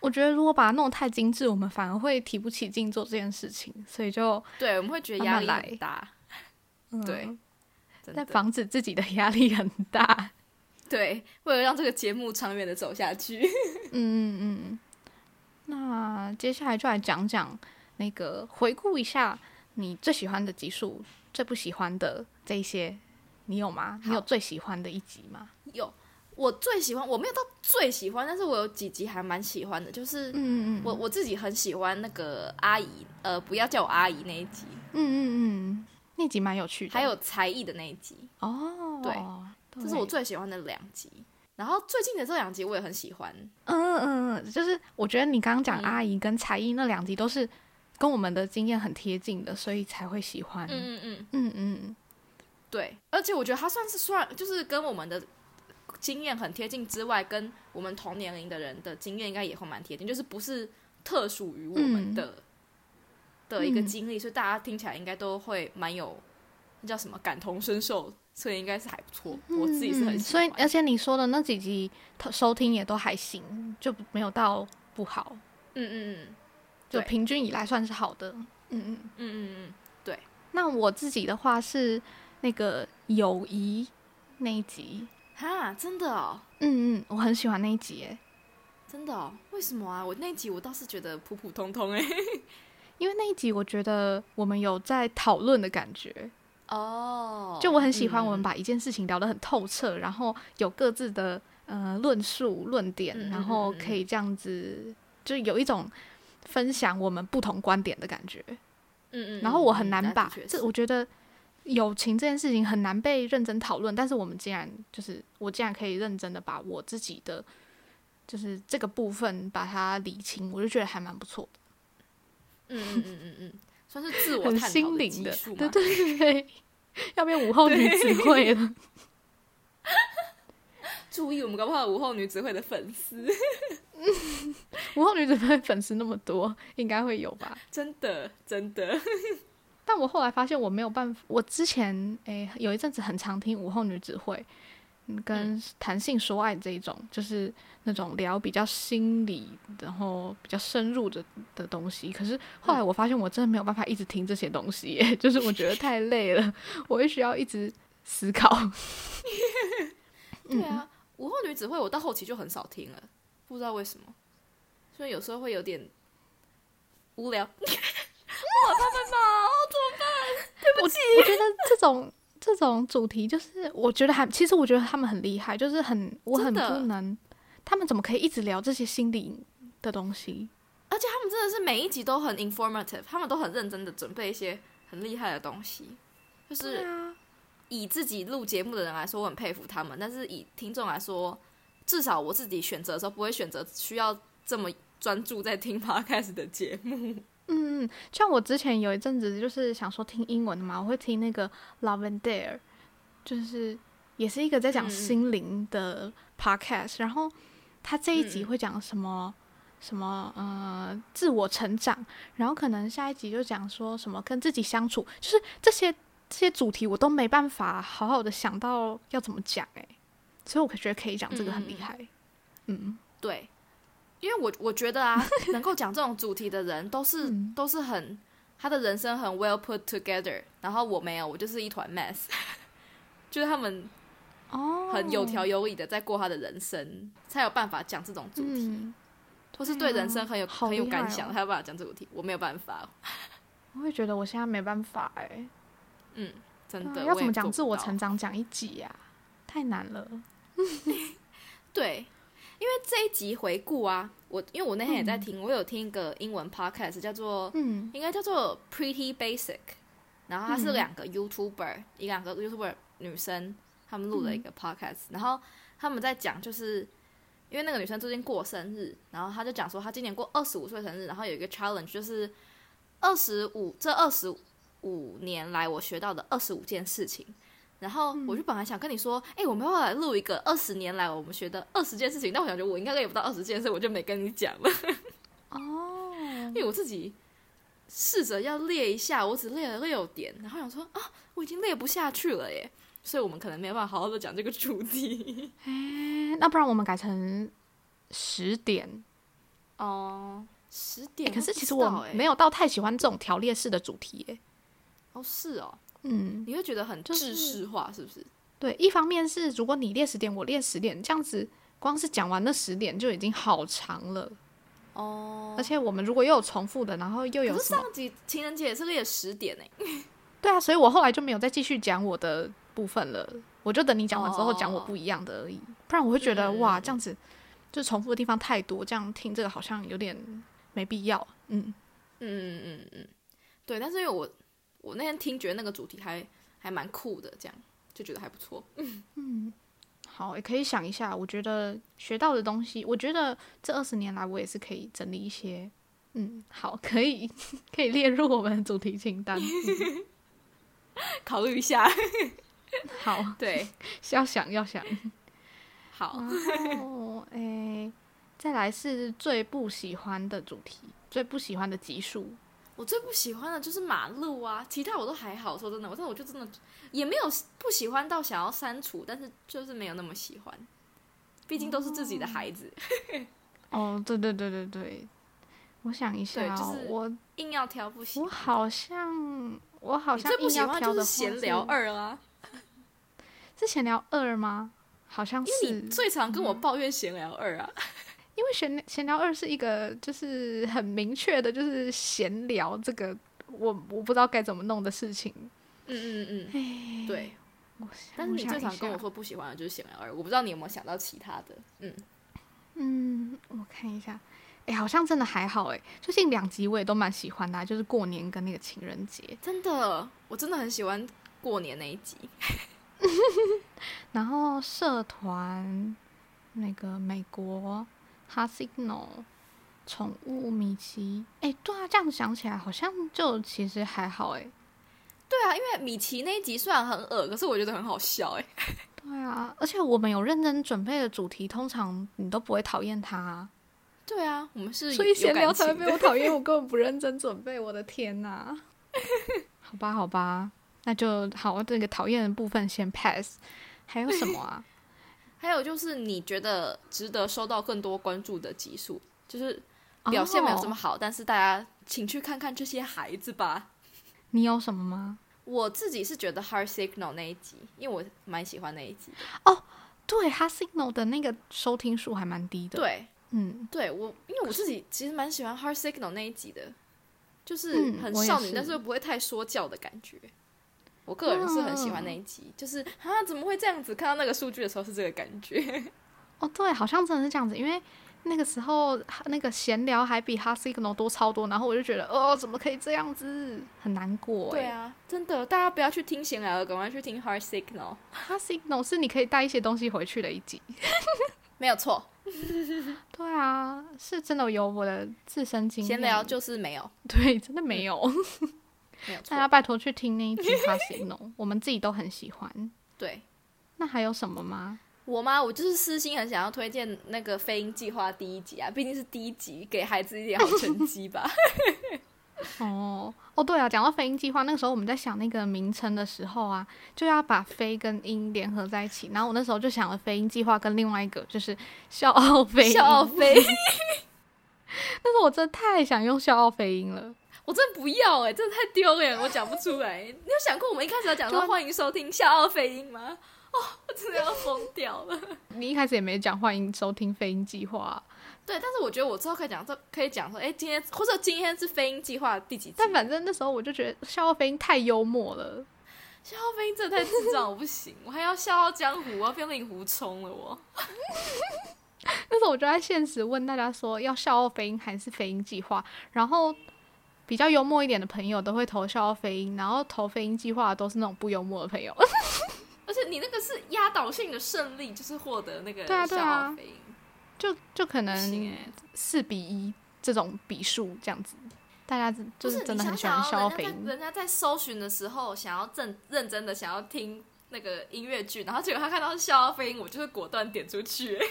Speaker 3: 我觉得如果把它弄得太精致，我们反而会提不起劲做这件事情，所以就
Speaker 2: 对，我们会觉得压力很大，
Speaker 3: 嗯
Speaker 2: 对，真
Speaker 3: 在
Speaker 2: 的
Speaker 3: 防止自己的压力很大。
Speaker 2: 对，为了让这个节目长远的走下去，
Speaker 3: 嗯嗯嗯，那接下来就来讲讲那个回顾一下你最喜欢的集数，最不喜欢的这一些，你有吗？你有最喜欢的一集吗？
Speaker 2: 有我最喜欢，我没有到最喜欢，但是我有几集还蛮喜欢的，就是
Speaker 3: 嗯嗯
Speaker 2: 我我自己很喜欢那个阿姨，呃，不要叫我阿姨那一集，
Speaker 3: 嗯嗯嗯，那集蛮有趣的。
Speaker 2: 还有才艺的那一集，
Speaker 3: 哦，
Speaker 2: 对
Speaker 3: 对，
Speaker 2: 这是我最喜欢的两集。然后最近的这两集我也很喜欢，
Speaker 3: 嗯嗯嗯，就是我觉得你刚刚讲
Speaker 2: 嗯
Speaker 3: 阿姨跟才艺那两集都是跟我们的经验很贴近的，所以才会喜欢。
Speaker 2: 嗯嗯嗯。
Speaker 3: 嗯嗯
Speaker 2: 对，而且我觉得他算是算就是跟我们的经验很贴近之外，跟我们同年龄的人的经验应该也会蛮贴近，就是不是特属于我们的、的一个
Speaker 3: 嗯
Speaker 2: 经历，所以大家听起来应该都会蛮有那叫什么感同身受，所以应该是还不错。我自己是很
Speaker 3: 嗯
Speaker 2: 喜
Speaker 3: 所
Speaker 2: 欢，
Speaker 3: 以而且你说的那几集收听也都还行，就没有到不好。
Speaker 2: 嗯嗯嗯
Speaker 3: 就
Speaker 2: 对
Speaker 3: 平均以来算是好的。嗯嗯，
Speaker 2: 嗯嗯嗯，
Speaker 3: 那我自己的话是那个友谊那一集，
Speaker 2: 哈，真的哦，
Speaker 3: 嗯嗯，我很喜欢那一集耶，
Speaker 2: 真的哦？为什么啊？我那一集我倒是觉得普普通通哎、
Speaker 3: 因为那一集我觉得我们有在讨论的感觉，
Speaker 2: 哦
Speaker 3: 就我很喜欢我们
Speaker 2: 把
Speaker 3: 把一件事情聊得很透彻，然后有各自的呃论述论点
Speaker 2: 嗯嗯，
Speaker 3: 然后
Speaker 2: 嗯嗯
Speaker 3: 可以这样子，就有一种分享我们不同观点的感觉。
Speaker 2: 嗯嗯，
Speaker 3: 然后我很
Speaker 2: 嗯
Speaker 3: 难把这，
Speaker 2: 那
Speaker 3: 我觉得友情这件事情很难被认真讨论，但是我们竟然就是我竟然可以认真的把我自己的就是这个部分把它理清，我就觉得还蛮不错
Speaker 2: 的
Speaker 3: 的，
Speaker 2: 确是嗯嗯嗯嗯嗯， 算是自我
Speaker 3: 很
Speaker 2: 探讨
Speaker 3: 心灵
Speaker 2: 技
Speaker 3: 的
Speaker 2: 术，嘛
Speaker 3: 对对对， 要变午后女子会了。
Speaker 2: 注意，我们搞不好午后女子会的粉 丝，
Speaker 3: 午后女子会粉丝那么多，应该会有吧？
Speaker 2: 真的真的，
Speaker 3: 但我后来发现我没有办法，我之前诶、有一阵子很常听午后女子会，嗯，跟谈性说爱这一种，就是那种聊比较心理，然后比较深入的的东西。可是后
Speaker 2: 嗯
Speaker 3: 来我发现我真的没有办法一直听这些东西耶， 就是我觉得太累了，我会需要一直思考。
Speaker 2: 对
Speaker 3: 嗯
Speaker 2: 啊，午后女子会我到后期就很少听了，不知道为什么，所以有时候会有点无 聊。我爸爸毛，
Speaker 3: 我我觉得这种这种主题，就是我觉得还其实我觉得他们很厉害，就是很我很
Speaker 2: 真的
Speaker 3: 不能，他们怎么可以一直聊这些心理的东西？
Speaker 2: 而且他们真的是每一集都很 informative，他们都很认真的准备一些很厉害的东西，就是
Speaker 3: 啊，
Speaker 2: 以自己录节目的人来说，我很佩服他们；但是以听众来说，至少我自己选择的时候不会选择需要这么专注在听 podcast 的节目。
Speaker 3: 嗯，像我之前有一阵子就是想说听英文的嘛，我会听那个 Love and Dare，就是也是一个在
Speaker 2: 嗯
Speaker 3: 讲
Speaker 2: 嗯
Speaker 3: 心灵的 podcast，、然后他这一
Speaker 2: 嗯
Speaker 3: 集
Speaker 2: 嗯
Speaker 3: 会讲什么？什么呃，自我成长，然后可能下一集就讲说什么跟自己相处，就是这些这些主题我都没办法好好的想到要怎么讲诶、所以我觉得可以讲这个很厉
Speaker 2: 嗯嗯嗯
Speaker 3: 害，嗯
Speaker 2: 对，因为我我觉得 啊，能够讲这种主题的人都是、
Speaker 3: 嗯
Speaker 2: 都是很他的人生很 well put together，然后我没有，我就是一团 mess，就是他们
Speaker 3: 哦，
Speaker 2: 很有条有理的在过他的人生，才有办法讲这种主题，
Speaker 3: 嗯，
Speaker 2: 或是对人生很有、
Speaker 3: 好
Speaker 2: 很有
Speaker 3: 厉害
Speaker 2: 感
Speaker 3: 哦
Speaker 2: 想，才有办法讲这个主题。我没有办法，
Speaker 3: 嗯我会觉得我现在没办法哎、
Speaker 2: 嗯，真
Speaker 3: 啊
Speaker 2: 的、
Speaker 3: 要
Speaker 2: 我
Speaker 3: 怎
Speaker 2: 也
Speaker 3: 么讲
Speaker 2: 做
Speaker 3: 自
Speaker 2: 不
Speaker 3: 我
Speaker 2: 到
Speaker 3: 成长讲一集呀、太难了。
Speaker 2: 对，因为这一集回顾啊，我因为我那天也在听，我有听一个英文 podcast 叫做
Speaker 3: 嗯
Speaker 2: 应该叫做 Pretty Basic，然后它是
Speaker 3: 嗯
Speaker 2: 两个 YouTuber，、一两个 YouTuber 女生，她们录了一
Speaker 3: 嗯
Speaker 2: 个 podcast，、然后他们在讲就是。因为那个女生最近过生日，然后她就讲说她今年过二十五岁生日，然后有一个 challenge 就是二十五这二十五年来我学到的二十五件事情，然后我
Speaker 3: 嗯
Speaker 2: 就本来想跟你说，哎、我们要不要来录一个二十年来我们学的二十件事情，但我想觉得我应该也不到二十件，所以我就没跟你讲了。
Speaker 3: 哦，
Speaker 2: 因为我自己试着要列一下，我只列了六点，然后想说啊，我已经列不下去了耶，所以我们可能没有办法好好的讲这个主题。
Speaker 3: 哎、那不然我们改成十点、
Speaker 2: 哦，十
Speaker 3: 哎，
Speaker 2: 点、
Speaker 3: 可是其实我没
Speaker 2: 有
Speaker 3: 有到太喜欢这种条列式的主题、哎，
Speaker 2: 哦，是哦，
Speaker 3: 嗯，
Speaker 2: 你会觉得很
Speaker 3: 就是
Speaker 2: 制式化，是不是？
Speaker 3: 对，一方面是如果你列十点，我列十点，这样子光是讲完那十点就已经好长了。
Speaker 2: 哦，
Speaker 3: 而且我们如果又有重复的，然后又有
Speaker 2: 可是
Speaker 3: 什么？
Speaker 2: 上集情人节也是列十点哎，
Speaker 3: 对啊，所以我后来就没有再继续讲我的部分了，我就等你讲完之后讲我
Speaker 2: 哦
Speaker 3: 不一样的而已，不然我会觉得、
Speaker 2: 嗯
Speaker 3: 哇，这样子就重复的地方太多，这样听这个好像有点没必要。嗯，
Speaker 2: 嗯嗯嗯嗯，对，但是因为我我那天听觉得那个主题还还蛮酷的，这样就觉得还不错。
Speaker 3: 好，也可以想一下，我觉得学到的东西，我觉得这二十年来我也是可以整理一些。嗯，好，可以可以列入我们的主题清单。嗯
Speaker 2: 考虑一下，
Speaker 3: 好，
Speaker 2: 对，
Speaker 3: 要想要想。嗯
Speaker 2: 好，
Speaker 3: 然后，诶、再来是最不喜欢的主题，最不喜欢的集数。
Speaker 2: 我最不喜欢的就是马路啊，其他我都还好。说真的，我但我就真的也没有不喜欢到想要删除，但是就是没有那么喜欢。毕竟都是自己的孩子，
Speaker 3: 哦，对对对对对，我想一下、
Speaker 2: 对就
Speaker 3: 哦，
Speaker 2: 是
Speaker 3: 我
Speaker 2: 硬要挑不喜
Speaker 3: 我
Speaker 2: 欢。
Speaker 3: 好像我好
Speaker 2: 你
Speaker 3: 像
Speaker 2: 最不
Speaker 3: 硬
Speaker 2: 喜
Speaker 3: 要
Speaker 2: 欢
Speaker 3: 挑
Speaker 2: 就
Speaker 3: 的
Speaker 2: 是
Speaker 3: 话
Speaker 2: 闲聊二啊，
Speaker 3: 是闲聊二吗？好像
Speaker 2: 因为
Speaker 3: 是嗯
Speaker 2: 你，最常跟我抱怨闲聊二啊。
Speaker 3: 因为闲闲聊二是一个就是很明确的，就是闲聊这个我我不知道该怎么弄的事情。
Speaker 2: 嗯嗯嗯，
Speaker 3: 哎，
Speaker 2: 对。
Speaker 3: 我想，
Speaker 2: 但是你
Speaker 3: 想
Speaker 2: 最
Speaker 3: 一
Speaker 2: 常跟
Speaker 3: 下
Speaker 2: 我，说不喜欢的就是闲聊二，我不知道你有没有想到其他的。嗯，
Speaker 3: 嗯，我看一下，哎，好像真的还好哎。最近两集我也都蛮喜欢的啊、就是过年跟那个情人节。
Speaker 2: 真的，我真的很喜欢过年那一集。
Speaker 3: 然后社团那个美国 h a Signal 宠物米奇，哎，对啊，这样想起来好像就其实还好哎。
Speaker 2: 对啊，因为米奇那一集虽然很恶，可是我觉得很好笑哎、
Speaker 3: 对啊，而且我们有认真准备的主题，通常你都不会讨厌它啊、
Speaker 2: 对啊，我们是
Speaker 3: 所以
Speaker 2: 有
Speaker 3: 闲聊
Speaker 2: 感
Speaker 3: 才会
Speaker 2: 情
Speaker 3: 被
Speaker 2: 的。
Speaker 3: 我讨厌，我根本不认真准备，我的天哪、好吧，好吧，那就好，这个讨厌的部分先 pass。还有什么啊？
Speaker 2: 还有就是，你觉得值得收到更多关注的集数，就是表现没有这么
Speaker 3: 哦
Speaker 2: 好但是大家请去看看这些孩子吧。
Speaker 3: 你有什么吗？
Speaker 2: 我自己是觉得《Heart Signal》那一集，因为我蛮喜欢那一集的。
Speaker 3: 对，他 signal 的那个收听数还蛮低的。，
Speaker 2: 对，
Speaker 3: 嗯，
Speaker 2: 对我，因为我自己其实蛮喜欢《Heart Signal》那一集的，就是
Speaker 3: 嗯
Speaker 2: 很
Speaker 3: 我也
Speaker 2: 少女，
Speaker 3: 是
Speaker 2: 但是又不会太说教的感觉。我个人是很喜欢那一集，就是啊，怎么会这样子？看到那个数据的时候是这个感觉。
Speaker 3: 哦，对，好像真的是这样子，因为那个时候那个闲聊还比他 signal 多超多，然后我就觉得，哦，怎么可以这样子，很难过哎、
Speaker 2: 对啊，真的，大家不要去听闲聊了，赶快去听《Heart Signal》，
Speaker 3: 它 signal 是你可以带一些东西回去的一集。
Speaker 2: 没有错。
Speaker 3: 对啊，是真的有我的自身经验。
Speaker 2: 闲聊就是没有，
Speaker 3: 对，真的没有。
Speaker 2: 没有
Speaker 3: 大
Speaker 2: 错。
Speaker 3: 家拜托去听那一集它 signal，我们自己都很喜欢。
Speaker 2: 对
Speaker 3: 那还有什么吗？
Speaker 2: 我吗？我就是私心很想要推荐那个《飞鹰计划》第一集啊，毕竟是第一集，给孩子一点好成绩吧。
Speaker 3: 哦哦，对啊，讲到飞鹰计划，那个时候我们在想那个名称的时候啊，就要把飞跟鹰联合在一起。然后我那时候就想了飞鹰计划跟另外一个就是笑傲飞鹰，
Speaker 2: 笑傲 飞，
Speaker 3: 但是我真的太想用笑傲飞鹰了。
Speaker 2: 我真的不要哎、欸，真的太丢脸了，我讲不出来。你有想过我们一开始要讲说
Speaker 3: 就
Speaker 2: 欢迎收听《笑傲飞鹰》吗？哦，我真的要疯掉 了。
Speaker 3: 你一开始也没讲欢迎收听飞鹰计划啊、
Speaker 2: 对，但是我觉得我之后可以讲，这可以讲说，哎、今天或者今天是飞鹰计划第几集？啊
Speaker 3: 但反正那时候我就觉得笑傲飞鹰太幽默了。
Speaker 2: 笑傲飞鹰真的太智障，我不行，我还要笑傲江湖，我要变令狐冲了我。
Speaker 3: 那时候我就在现实问大家说，要笑傲飞鹰还是飞鹰计划？然后比较幽默一点的朋友都会投笑傲飞鹰，然后投飞鹰计划的都是那种不幽默的朋友。
Speaker 2: 而且你那个是压倒性的胜利，就是获得那个
Speaker 3: 对啊对
Speaker 2: 笑
Speaker 3: 啊
Speaker 2: 傲飞鹰。
Speaker 3: 就就可
Speaker 2: 不行
Speaker 3: 能
Speaker 2: 欸
Speaker 3: 四比一这种比数这样子，大家只
Speaker 2: 不
Speaker 3: 就是真的
Speaker 2: 你
Speaker 3: 很喜
Speaker 2: 想
Speaker 3: 欢
Speaker 2: 想
Speaker 3: 笑傲
Speaker 2: 哦
Speaker 3: 飞鹰。
Speaker 2: 人家在人家在搜寻的时候，想要正认真的想要听那个音乐剧，然后结果他看到是笑傲飞鹰，我就会果断点出去，欸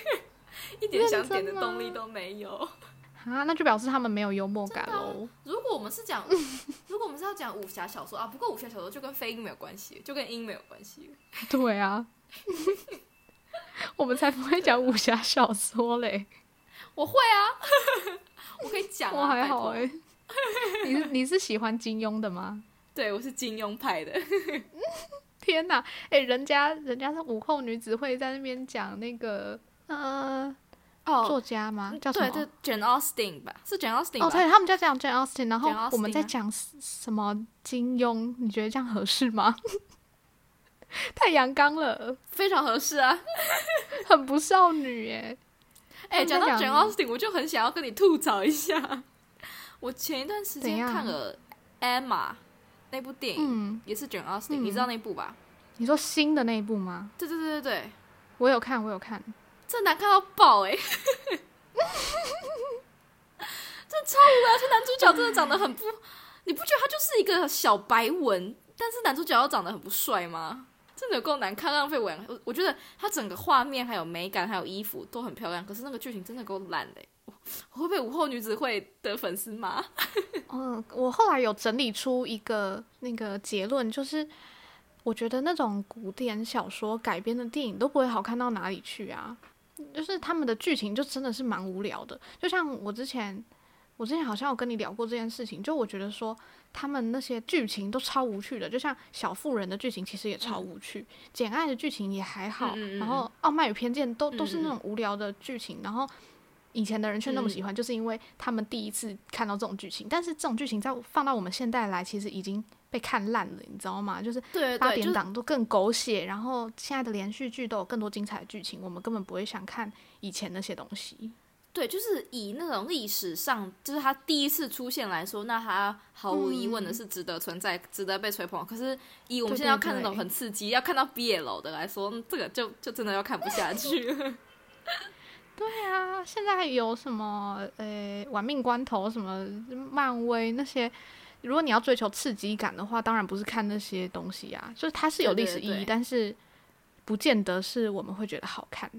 Speaker 2: 一点想点的动力都没有。
Speaker 3: 啊，那就表示他们没有幽默感
Speaker 2: 真的啊
Speaker 3: 喽。
Speaker 2: 如果我们是讲，如果我们是要讲武侠小说啊，不过武侠小说就跟飞鹰没有关系，就跟鹰没有关系。
Speaker 3: 对啊， 我们才不会讲武侠小说 嘞。
Speaker 2: 我会啊， 我可以讲
Speaker 3: 我
Speaker 2: 啊，
Speaker 3: 还
Speaker 2: 拜
Speaker 3: 好
Speaker 2: 托
Speaker 3: 哎、 你是你是喜欢金庸的吗？
Speaker 2: 对我是金庸派的，
Speaker 3: 天呐，哎、人家人家是午后女子会在那边讲那个呃、
Speaker 2: 哦，
Speaker 3: 作家吗？叫什么
Speaker 2: 对？对，Jane Austen 吧，是 Jane Austen 吧？
Speaker 3: 哦，对，他们就讲 Jane Austen，然后
Speaker 2: Jane Austen
Speaker 3: 我们在
Speaker 2: 啊
Speaker 3: 讲什什么金庸，你觉得这样合适吗？ 太阳刚了，
Speaker 2: 非常合适啊。
Speaker 3: 很不少女耶。
Speaker 2: 哎、讲
Speaker 3: 他们在
Speaker 2: 到 Jane
Speaker 3: 讲
Speaker 2: Austen，我就很想要跟你吐槽一下。 我前一段时
Speaker 3: 怎
Speaker 2: 间
Speaker 3: 样
Speaker 2: 看了《Emma》那部电影，
Speaker 3: 嗯，
Speaker 2: 也是 Jane Austen，、
Speaker 3: 嗯
Speaker 2: 你知道那部吧？
Speaker 3: 你说新的那一部吗？
Speaker 2: 对对对对对，
Speaker 3: 我有看，我有看。
Speaker 2: 这难看到爆哎、 这超无聊，而且男主角真的长得很不，你不觉得他就是一个小白文？但是男主角要长得很不帅吗？真的有够难看，浪费我两我我觉得他整个画面还有美感还有衣服都很漂亮，可是那个剧情真的够烂的欸、我我会被午后女子会的粉丝骂。
Speaker 3: 嗯，我后来有整理出一个那个结论，就是我觉得那种古典小说改编的电影都不会好看到哪里去啊，就是他们的剧情就真的是蛮无聊的。就像我之前，我之前好像有跟你聊过这件事情，就我觉得说他们那些剧情都超无趣的，就像《小妇人》的剧情其实也超无趣，简爱》的剧情也还好，
Speaker 2: 嗯嗯嗯嗯
Speaker 3: 然后《傲慢与偏见都》都是那
Speaker 2: 嗯嗯
Speaker 3: 种无聊的剧情，然后以前的人却那么喜
Speaker 2: 嗯
Speaker 3: 欢，就是因为他们第一次看到这种剧情。但是这种剧情在放到我们现代来，其实已经被看烂了，你知道吗？就是
Speaker 2: 对
Speaker 3: 八
Speaker 2: 呃对，
Speaker 3: 点
Speaker 2: 就
Speaker 3: 档都更狗血，然后现在的连续剧都有更多精彩的剧情，我们根本不会想看以前那些东西。
Speaker 2: 对，就是以那种历史上就是他第一次出现来说，那他毫无疑问的是值得存在、值得被吹捧。可是以我们
Speaker 3: 嗯对
Speaker 2: 现在要
Speaker 3: 对
Speaker 2: 看那种
Speaker 3: 对
Speaker 2: 很刺激、要看到 BL 的来说，嗯这个就就真的要看不下去了。
Speaker 3: 对啊，现在还有什么呃，玩命关头什么漫威那些，如果你要追求刺激感的话，当然不是看那些东西啊，就是它是有
Speaker 2: 对
Speaker 3: 历
Speaker 2: 对
Speaker 3: 史意义，
Speaker 2: 对
Speaker 3: 但是不见得是我们会觉得好看。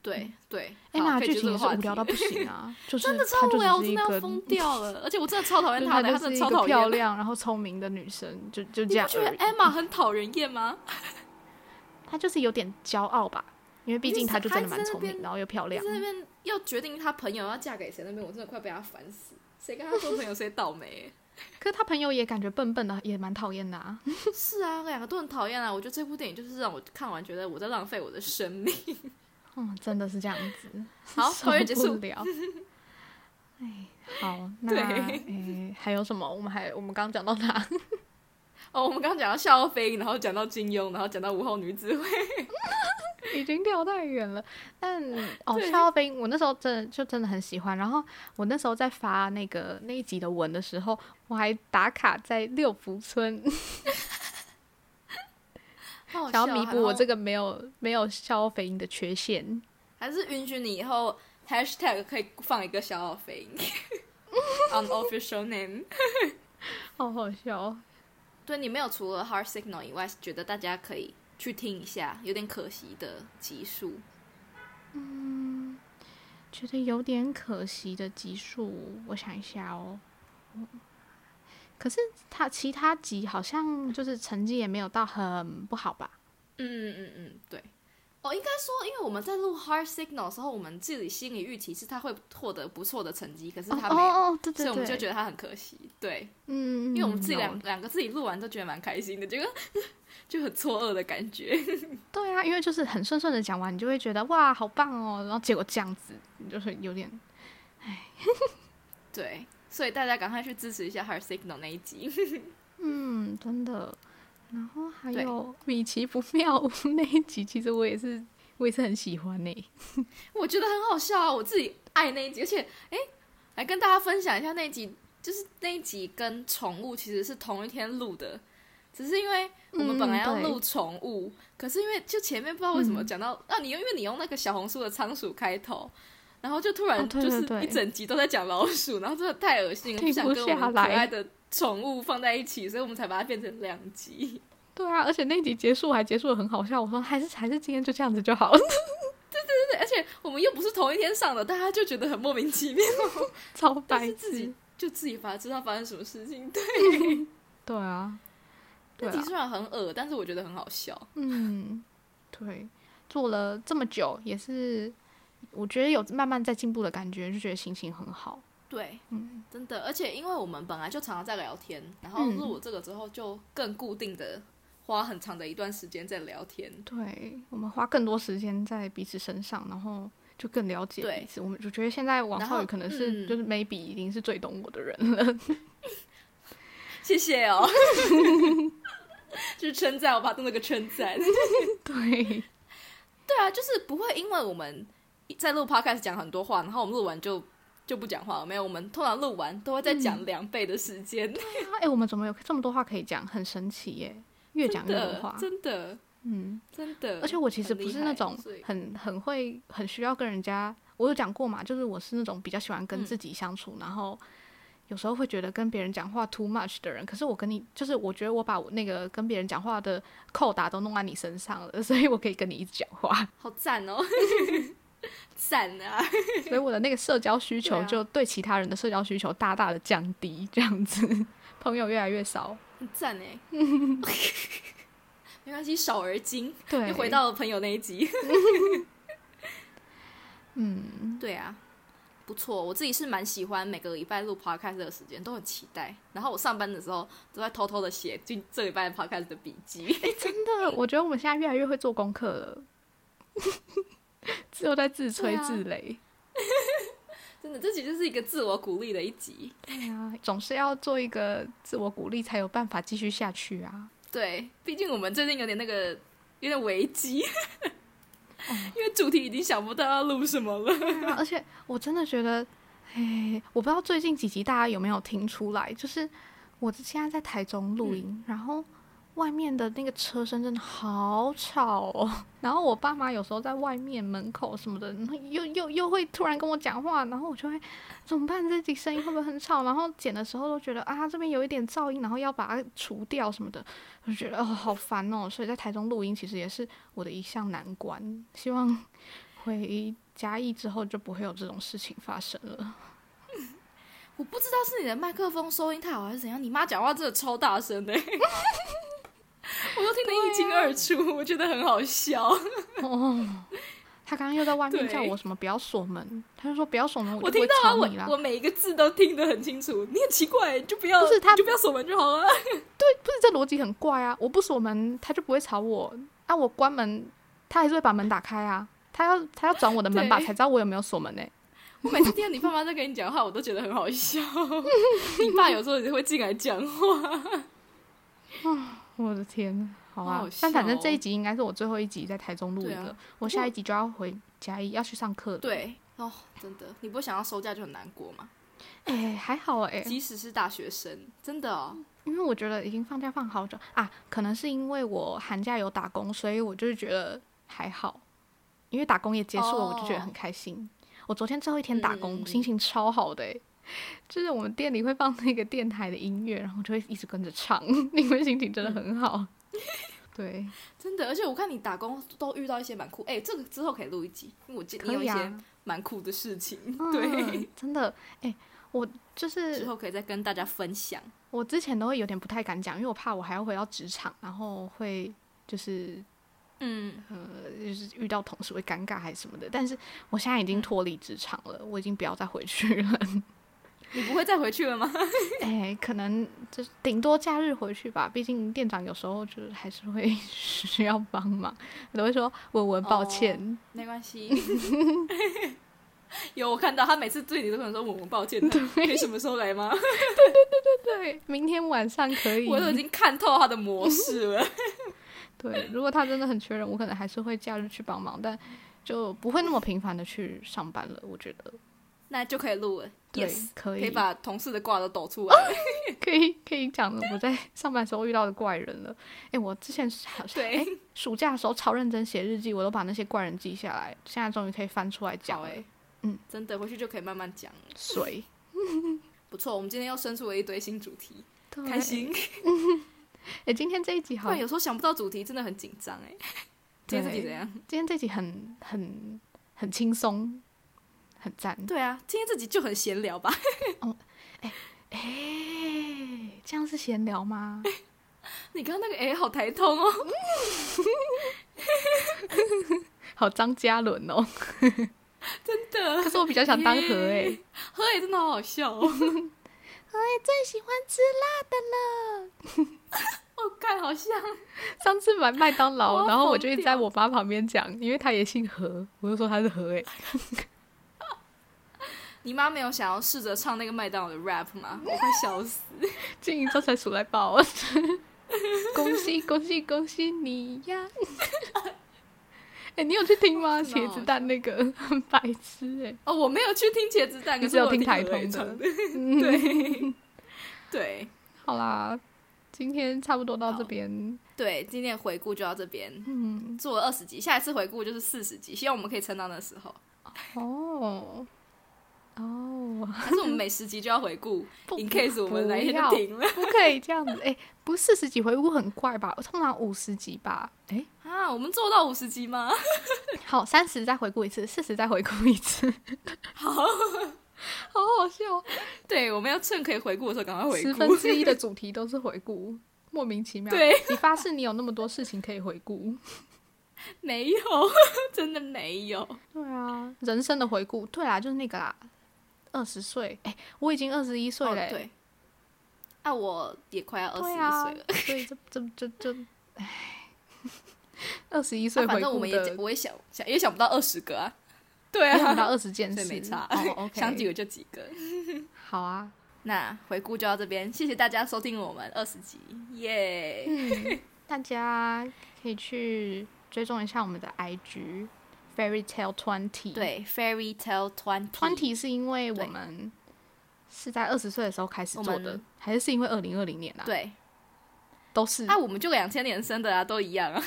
Speaker 2: 对对，
Speaker 3: 哎，
Speaker 2: 好
Speaker 3: 那
Speaker 2: 可以
Speaker 3: 剧
Speaker 2: 结束
Speaker 3: 情
Speaker 2: 这
Speaker 3: 也
Speaker 2: 个
Speaker 3: 是
Speaker 2: 话
Speaker 3: 无聊
Speaker 2: 题
Speaker 3: 到不 行啊，就是
Speaker 2: 真的超
Speaker 3: 她就
Speaker 2: 无聊，我
Speaker 3: 只是
Speaker 2: 真
Speaker 3: 一
Speaker 2: 的要
Speaker 3: 个，
Speaker 2: 疯掉了。而且我真的超讨厌
Speaker 3: 就是
Speaker 2: 她
Speaker 3: 她
Speaker 2: 的，她真
Speaker 3: 就是
Speaker 2: 的
Speaker 3: 一
Speaker 2: 超
Speaker 3: 个
Speaker 2: 讨
Speaker 3: 漂
Speaker 2: 厌的。
Speaker 3: 亮然后聪明的女生，就就这
Speaker 2: 你
Speaker 3: 样
Speaker 2: 不觉得哎
Speaker 3: 而已。
Speaker 2: Emma 很讨人厌吗？
Speaker 3: 她就是有点骄傲吧，因为毕
Speaker 2: 就是
Speaker 3: 竟她就真的
Speaker 2: 她一直在
Speaker 3: 蛮
Speaker 2: 那
Speaker 3: 聪
Speaker 2: 边
Speaker 3: 明，然后又漂亮
Speaker 2: 在。那边要决定她朋友要嫁给谁那边，我真的快被她烦死。谁跟她做朋友，谁倒霉欸、
Speaker 3: 可是她朋友也感觉笨笨的，也蛮讨厌的啊。
Speaker 2: 是啊，两个都很讨厌啊。我觉得这部电影就是让我看完觉得我在浪费我的生命。
Speaker 3: 嗯，真的是这样子。
Speaker 2: 好，
Speaker 3: 受
Speaker 2: 会员结
Speaker 3: 不
Speaker 2: 束。
Speaker 3: 了。哎，好，那
Speaker 2: 对
Speaker 3: 哎还有什么？我们还我们刚讲到哪？
Speaker 2: 哦，我们刚刚讲到夏洛菲然后讲到金庸，然后讲到午后女子 会。
Speaker 3: 已经掉太远了。 但哦，
Speaker 2: 对
Speaker 3: 夏洛菲，我那时候真的就真的很喜欢。然后我那时候在发那个那一集的文的时候，我还打卡在六福村，想要弥补我这
Speaker 2: 个，
Speaker 3: 个没有没有夏洛菲因的缺陷。
Speaker 2: 还是允许你以后 hashtag 可以放一个夏洛 菲 unofficial name。
Speaker 3: 好好笑哦。
Speaker 2: 对你没有除了 Heart Signal 以外，觉得大家可以去听一下，有点可惜的集数。
Speaker 3: 嗯，觉得有点可惜的集数，我想一下哦。可是他其他集好像就是成绩也没有到很不好吧？
Speaker 2: 嗯嗯嗯嗯，对。哦，应该说，因为我们在录 Heart Signal 的时候，我们自己心理预期是他会获得不错的成绩，可是
Speaker 3: 哦
Speaker 2: 他没有，
Speaker 3: 哦哦，对
Speaker 2: 所以
Speaker 3: 对
Speaker 2: 我们就觉
Speaker 3: 对，
Speaker 2: 得他很可惜。对，
Speaker 3: 嗯，嗯
Speaker 2: 因为我们自己
Speaker 3: 嗯
Speaker 2: 两
Speaker 3: 有
Speaker 2: 两个自己录完都觉得 蛮开心的，结果就很错愕的感觉。
Speaker 3: 对啊，因为就是很顺顺的讲完，你就会觉得哇好棒哦，然后结果这样子，你就是有点
Speaker 2: 对，所以大家赶快去支持一下 Heart Signal 那一集。
Speaker 3: 嗯，真的。然后还
Speaker 2: 对
Speaker 3: 有米奇不 妙屋那一集，其实我也是我也是很喜欢呢、
Speaker 2: 我觉得很好笑啊，我自己爱那一集，而且哎，来跟大家分享一下那一集，就是那一集跟宠物其实是同一天录的，只是因为我们本来要
Speaker 3: 嗯对
Speaker 2: 录宠物，可是因为就前面不知道为什么
Speaker 3: 嗯
Speaker 2: 讲到、啊，你用因为你用那个小红书的仓鼠开头。然后就突然
Speaker 3: 哦对
Speaker 2: 就是
Speaker 3: 对对
Speaker 2: 一整集都在讲老鼠，然后真的太恶心了，
Speaker 3: 停
Speaker 2: 不想
Speaker 3: 不
Speaker 2: 跟我
Speaker 3: 下
Speaker 2: 们可
Speaker 3: 来
Speaker 2: 爱的宠物放在一起，所以我们才把它变成两集。
Speaker 3: 对啊，而且那集结束还结束的很好笑，我说还是还是今天就这样子就好了，
Speaker 2: 对，而且我们又不是同一天上的，大家就觉得很莫名其妙。
Speaker 3: 超
Speaker 2: 但
Speaker 3: 白
Speaker 2: 是自己
Speaker 3: 痴。
Speaker 2: 就自己发知道发生什么事情。 对，
Speaker 3: 对啊，对
Speaker 2: 那集
Speaker 3: 啊，
Speaker 2: 虽然很恶，但是我觉得很好笑。
Speaker 3: 嗯，对，做了这么久也是，我觉得有慢慢在进步的感觉，就觉得心情很好。
Speaker 2: 对，
Speaker 3: 嗯，
Speaker 2: 真的，而且因为我们本来就常常在聊天，然后
Speaker 3: 嗯
Speaker 2: 录我这个之后就更固定的花很长的一段时间在聊天。
Speaker 3: 对，我们花更多时间在彼此身上，然后就更了解
Speaker 2: 对
Speaker 3: 彼此。我们就觉得现在王
Speaker 2: 然
Speaker 3: 少
Speaker 2: 后
Speaker 3: 宇可能是、
Speaker 2: 嗯
Speaker 3: 就是 maybe 已经是最懂我的人了。
Speaker 2: 谢谢哦， 就是称赞，我把它当做个称赞。
Speaker 3: 对，
Speaker 2: 对啊，就是不会因为我们在录 podcast 讲很多话，然后我们录完就就不讲话了。没有，我们通常录完都会再讲两倍的时间。
Speaker 3: 哎、我们怎么有这么多话可以讲？很神奇耶， 越讲越多话。
Speaker 2: 真的，
Speaker 3: 嗯。
Speaker 2: 真的。
Speaker 3: 而且我其实
Speaker 2: 很
Speaker 3: 不
Speaker 2: 厉
Speaker 3: 是那
Speaker 2: 害
Speaker 3: 种
Speaker 2: 所以
Speaker 3: 很很会、很需要跟人家，我有讲过嘛，就是我是那种比较喜欢
Speaker 2: 嗯
Speaker 3: 跟自己相处，然后有时候会觉得跟别人讲话 too much 的人。可是我跟你，就是我觉得我把我那个跟别人讲话的扣打都弄在你身上了， 所以我可以跟你一直讲 话，
Speaker 2: 好赞 哦，赞啊！
Speaker 3: 所以我的那个社交需
Speaker 2: 对
Speaker 3: 求
Speaker 2: 啊
Speaker 3: 就对其他人的社交需求大大的降低，这样子，朋友越来越 少。
Speaker 2: 很赞哎，没关系，少而精，
Speaker 3: 对，
Speaker 2: 又回到了朋友那一集。
Speaker 3: 嗯，
Speaker 2: 对啊，不错，我自己是蛮喜欢每个礼拜录 podcast 的时间，都很期待。然后我上班的时候都在偷偷的写今这礼拜 podcast 的笔 记。
Speaker 3: 真的，我觉得我们现在越来越 会做功课了，只有在自吹
Speaker 2: 对啊
Speaker 3: 自擂。
Speaker 2: 真的，这其实是一个自我鼓励的一集。
Speaker 3: 对啊，总是要做一个自我鼓励，才有办法继续下去啊。
Speaker 2: 对，毕竟我们最近有点那个，有点危机， 因为主题已经想不到要录什么了。
Speaker 3: 对 啊，而且我真的觉得，哎，我不知道最近几集大家有没有听出来，就是我现在在台中录音，然后外面的那个车声真的好吵哦。 然后我爸妈有时候在外面门口什么的，然后又又又会突然跟我讲话，然后我就会怎么办？这集声音会不会很吵？然后剪的时候都觉得啊，这边有一点噪音，然后要把它除掉什么的，我就觉得哦，好烦哦。所以在台中录音其实也是我的一项难关，希望回嘉义之后就不会有这种事情发生了。
Speaker 2: 我不知道是你的麦克风收音太好还是怎样，你妈讲话真的超大声的、 我都听得一清二楚，我觉得很好笑。
Speaker 3: 哦， 他刚刚又在外面
Speaker 2: 对
Speaker 3: 叫我什么不要锁门，他就说不要锁门，
Speaker 2: 我
Speaker 3: 就不
Speaker 2: 听
Speaker 3: 会
Speaker 2: 到啊，
Speaker 3: 吵你啦。
Speaker 2: 我我每一个字都听得很清楚。你很奇怪，就不要，
Speaker 3: 不是他
Speaker 2: 你就不要锁门就好了。
Speaker 3: 不是这逻辑很怪啊！我不锁门，他就不会吵我；啊，我关门，他还是会把门打开啊。他要他要转我的门把，
Speaker 2: 对
Speaker 3: 才知道我有没有锁门呢、
Speaker 2: 我每次听到你爸妈在跟你讲话，我都觉得很好 笑。你爸有时候也会进来讲话。
Speaker 3: 我的天，好啊！
Speaker 2: 好好笑哦
Speaker 3: 但反正这一集应该是我最后一集在台中录
Speaker 2: 对
Speaker 3: 的，
Speaker 2: 啊
Speaker 3: 我下一集就要回嘉义，要去上课了。，
Speaker 2: 对，哦，真的，你不会想要收假就很难过吗？
Speaker 3: 哎、还好哎、
Speaker 2: 即使是大学生，真的哦，
Speaker 3: 因为我觉得已经放假放好久啊，可能是因为我寒假有打工，所以我就是觉得还好，因为打工也结束了，
Speaker 2: 哦
Speaker 3: 我就觉得很开心。我昨天最后一天打
Speaker 2: 嗯嗯
Speaker 3: 工，
Speaker 2: 嗯
Speaker 3: 心情超好的、欸，就是我们店里会放那个电台的音乐，然后就会一直跟着唱， 你们心情真的
Speaker 2: 嗯
Speaker 3: 很好。对，
Speaker 2: 真的。而且我看你打工都遇到一些蛮酷，哎、这个之后可以录一集，因为我记得你
Speaker 3: 可
Speaker 2: 有一
Speaker 3: 以
Speaker 2: 些
Speaker 3: 啊，
Speaker 2: 蛮酷的事情。
Speaker 3: 嗯
Speaker 2: 对，，
Speaker 3: 真的，哎、我就是
Speaker 2: 之后可以再跟大家分享。
Speaker 3: 我之前都会有点不太敢讲，因为我怕我还要回到职场，然后会就是
Speaker 2: 嗯，
Speaker 3: 呃，就是遇到同事会尴尬还是什么的。但是我现在已
Speaker 2: 嗯
Speaker 3: 经脱离职场了，我已经不要再回去了。
Speaker 2: 你不会再回去了吗？
Speaker 3: 哎、可能就是顶多假日回去吧，毕竟店长有时候就是还是会 需要帮忙，我都会说文文抱歉。
Speaker 2: 没关系。 有我看到他每次对你都可能说“我们抱 歉”，可以什么时候来 吗？
Speaker 3: 对，明天晚上可以。
Speaker 2: 我都已经看透他的模式了。
Speaker 3: 对，如果他真的很缺人，我可能还是会假日去帮忙，但就不会那么频繁的去上班了。我觉得，
Speaker 2: 那就可以录了。
Speaker 3: 对
Speaker 2: Yes，哦
Speaker 3: 可
Speaker 2: 可
Speaker 3: 以
Speaker 2: 以把同事的挂都抖出来了。
Speaker 3: 可以可以讲我在上班的时候遇到的怪人了。哎、我之前是好像
Speaker 2: 对
Speaker 3: 哎暑假的时候超认真写日记，我都把那些怪人记下来，现在终于可以翻出来讲
Speaker 2: 好
Speaker 3: 了。
Speaker 2: 哎，
Speaker 3: 嗯，
Speaker 2: 真的回去就可以慢慢讲了。
Speaker 3: 水，
Speaker 2: 不错，我们今天又生出了一堆新主题，
Speaker 3: 对
Speaker 2: 开。心。
Speaker 3: 哎、今天这一集
Speaker 2: 不
Speaker 3: 好
Speaker 2: 然，有时候想不到主题，真的很紧张哎。今
Speaker 3: 对
Speaker 2: 天这集怎样？
Speaker 3: 今天这集很很很轻松，很赞。
Speaker 2: 对啊，今天这集就很闲聊吧。
Speaker 3: 哎、这样是闲聊吗？
Speaker 2: 你刚刚那个哎，好台通哦。
Speaker 3: 好，张嘉伦哦。
Speaker 2: 真的
Speaker 3: 可是我比较想当何哎、
Speaker 2: 耶何也真的好好笑哦。
Speaker 3: 最喜欢吃辣的了。
Speaker 2: 我看哦好像
Speaker 3: 上次买麦当
Speaker 2: 我
Speaker 3: 劳，
Speaker 2: 要
Speaker 3: 然后我
Speaker 2: 疯
Speaker 3: 就一直
Speaker 2: 掉
Speaker 3: 在我妈旁边讲，因为她也姓何，我就说她是何哎、
Speaker 2: 你妈没有想要试着唱那个麦当劳的 rap 吗？我快笑死。
Speaker 3: 金银招财鼠来宝， 恭喜恭喜恭喜你呀！哎、你有去听吗？
Speaker 2: 真的好
Speaker 3: 茄子蛋那个 很白痴哎、
Speaker 2: 哦，我没有去听茄子蛋，
Speaker 3: 你
Speaker 2: 可
Speaker 3: 只
Speaker 2: 是
Speaker 3: 有
Speaker 2: 我
Speaker 3: 听
Speaker 2: 何
Speaker 3: 台
Speaker 2: 也
Speaker 3: 通
Speaker 2: 唱的。。
Speaker 3: 的
Speaker 2: 对对
Speaker 3: 好啦，今天差不多到这边，
Speaker 2: 对，今天的回顾就到这边，
Speaker 3: 嗯，
Speaker 2: 做了二十集，下一次回顾就是四十集，希望我们可以撑到那时候。
Speaker 3: 哦哦，
Speaker 2: 但是我们每十集就要回 顾
Speaker 3: 不
Speaker 2: ，in case 我们
Speaker 3: 不
Speaker 2: 哪一天
Speaker 3: 要
Speaker 2: 就停了
Speaker 3: 不可以这样子哎、不四十几回顾很快吧？通常五十集吧，哎、
Speaker 2: 啊！我们做到五十集吗？
Speaker 3: 好，三十再回顾一次，四十再回顾一次， 好，好好笑哦。
Speaker 2: 对，我们要趁可以回顾的时候赶快回
Speaker 3: 十
Speaker 2: 顾。
Speaker 3: 分之一的主题都是回顾，莫名其 妙。
Speaker 2: 对，
Speaker 3: 你发誓你有那么多事情可以回顾。
Speaker 2: 没有， 真的没有。
Speaker 3: 对啊，人生的回顾，对啊，就是那个啦。二十岁，哎、我已经二十一岁
Speaker 2: 哦
Speaker 3: 了、
Speaker 2: 对，啊，我也快要二十
Speaker 3: 对
Speaker 2: 一
Speaker 3: 啊
Speaker 2: 岁了。，
Speaker 3: 所以这这这这，哎，二十一
Speaker 2: 啊
Speaker 3: 岁
Speaker 2: 反
Speaker 3: 回
Speaker 2: 正我
Speaker 3: 顾
Speaker 2: 们也
Speaker 3: 的，
Speaker 2: 我也想想也想不到二十个啊，对
Speaker 3: 没有
Speaker 2: 啊，
Speaker 3: 到二十 件
Speaker 2: 所
Speaker 3: 事，
Speaker 2: 以没差
Speaker 3: 哦、o k
Speaker 2: 想几个就几个。
Speaker 3: 好啊，
Speaker 2: 那回顾就到这边，谢谢大家收听我们二十集，耶、
Speaker 3: 嗯，大家可以去追踪一下我们的 IG Fairy Tale Twenty。
Speaker 2: 对，Fairy Tale Twenty
Speaker 3: ，Twenty 是因为
Speaker 2: 嗯对
Speaker 3: 我们是在二十岁的时候开始
Speaker 2: 我
Speaker 3: 做
Speaker 2: 们
Speaker 3: 的，还是是因为二零二零年啊？，
Speaker 2: 对，
Speaker 3: 都是。
Speaker 2: 啊，我们就两千年生的啊，都一样 啊。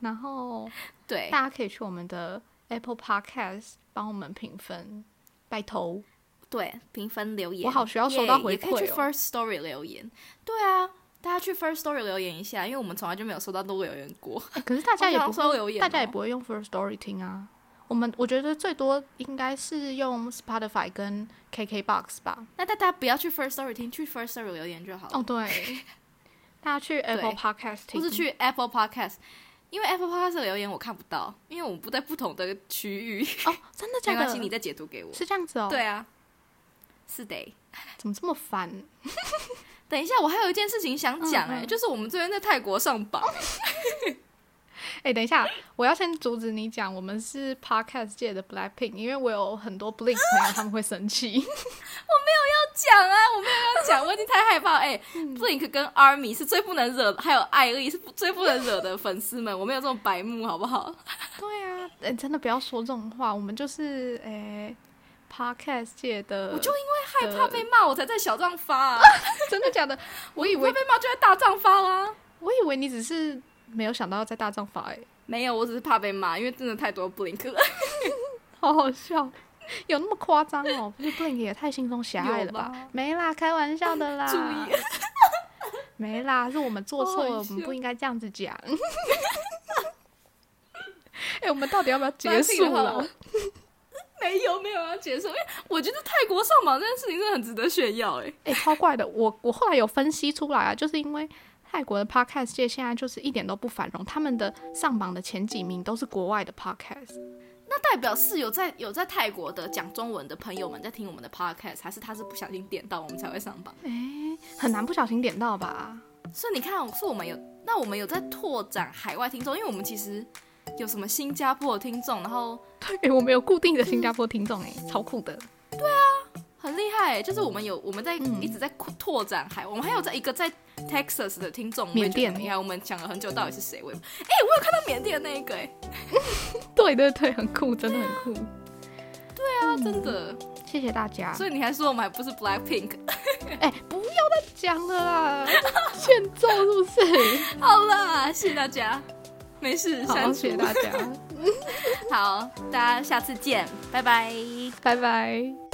Speaker 3: 然后
Speaker 2: 对，
Speaker 3: 大家可以去我们的 Apple Podcast 帮我们评分，拜 托。
Speaker 2: 对，评分留言，
Speaker 3: 我好需要收到
Speaker 2: 耶
Speaker 3: 回馈哦
Speaker 2: 也可以去 First Story 留言。对啊，大家去 First Story 留言一下，因为我们从来就没有收到多个留言过。
Speaker 3: 哎可是大
Speaker 2: 大
Speaker 3: 家也不会，
Speaker 2: 收留言哦、
Speaker 3: 大家也不会用 First Story 听啊。我们我觉得最多应该是用 Spotify 跟 KKBox 吧。
Speaker 2: 那大家不要去 First Story 听，去 First Story 留言就好了，
Speaker 3: 哦，对，大家去 Apple Podcast
Speaker 2: 或
Speaker 3: 听，
Speaker 2: 是去 Apple Podcast。因为 Apple Podcast 的留言我看不到，因为我们不在不同的区域，
Speaker 3: 哦，真的
Speaker 2: 没
Speaker 3: 假
Speaker 2: 关系，你
Speaker 3: 的？
Speaker 2: 再解读给我。
Speaker 3: 是这样子哦，
Speaker 2: 对，啊，是得。
Speaker 3: 怎么这么烦？
Speaker 2: 等一下，我还有一件事情想讲哎、
Speaker 3: 嗯嗯
Speaker 2: 就是我们最近在泰国上榜，
Speaker 3: 哎、等一下，我要先阻止你讲，我们是 podcast 界的 Blackpink，因为我有很多 Blink 朋友，他们会生气。
Speaker 2: 讲啊，我没有要 讲，我已经太害怕了。哎、b l i n k 跟 Army 是最不能惹，还有艾丽是不最不能惹的粉丝们，我没有这种白目，好不好？
Speaker 3: 对啊，哎、真的不要说这种话，我们就是哎、podcast 界的，
Speaker 2: 我就因为害怕
Speaker 3: 对
Speaker 2: 被骂，我才在小账发啊，
Speaker 3: 真的假的？我 以
Speaker 2: 我
Speaker 3: 为
Speaker 2: 被骂就在大账发啦。
Speaker 3: 我以为你只是没有想到要在大众发、哎，
Speaker 2: 没有，我只是怕被骂，因为真的太多 Blink 了。
Speaker 3: 好好笑。有那么夸张哦？ 不是 Blink 也太心胸狭隘了吧？
Speaker 2: 有吧
Speaker 3: 没啦，开玩笑的 啦。
Speaker 2: 注意，
Speaker 3: 没啦，是我们做错了，
Speaker 2: 好好
Speaker 3: 我
Speaker 2: 笑
Speaker 3: 们不应该这样子 讲。哎、我们到底要不要结
Speaker 2: Blackpink
Speaker 3: 束
Speaker 2: 的话
Speaker 3: 了
Speaker 2: 我？没有没有要结束，因为我觉得泰国上榜这件事情真的很值得炫耀哎、
Speaker 3: 哎、超怪的！我我后来有分析出来啊，就是因为泰国的 podcast 界现在就是一点都不繁荣，他们的上榜的前几名都是国外的 podcast。
Speaker 2: 那代表是有在有在泰国的讲中文的朋友们在听我们的 podcast，还是他是不小心点到我们才会上榜？
Speaker 3: 哎、很难不小心点到吧？
Speaker 2: 所以你看，是我们有，那我们有在拓展海外听众，因为我们其实有什么新加坡的听众，然后
Speaker 3: 哎、我们有固定的新加坡听众，哎，超酷的。
Speaker 2: 很厉害，就是我们有我们在、
Speaker 3: 嗯
Speaker 2: 一直在扩拓展海，我们还有在一个在 Texas 的听众，
Speaker 3: 缅甸
Speaker 2: 哎呀，我们讲了很久，到底是谁？我也不，哎、我有看到缅甸那一个、哎，
Speaker 3: 对对对，很酷，真的很酷。
Speaker 2: 啊，
Speaker 3: 嗯
Speaker 2: 真的，
Speaker 3: 谢谢大家。
Speaker 2: 所以你还说我们还不是 Black Pink？
Speaker 3: 哎、不要再讲了啦， 欠揍是不 是？
Speaker 2: 好啦，谢谢大家，没事，
Speaker 3: 好，
Speaker 2: 删除
Speaker 3: 谢谢大家，
Speaker 2: 好，大家下次见，拜拜。
Speaker 3: 拜拜。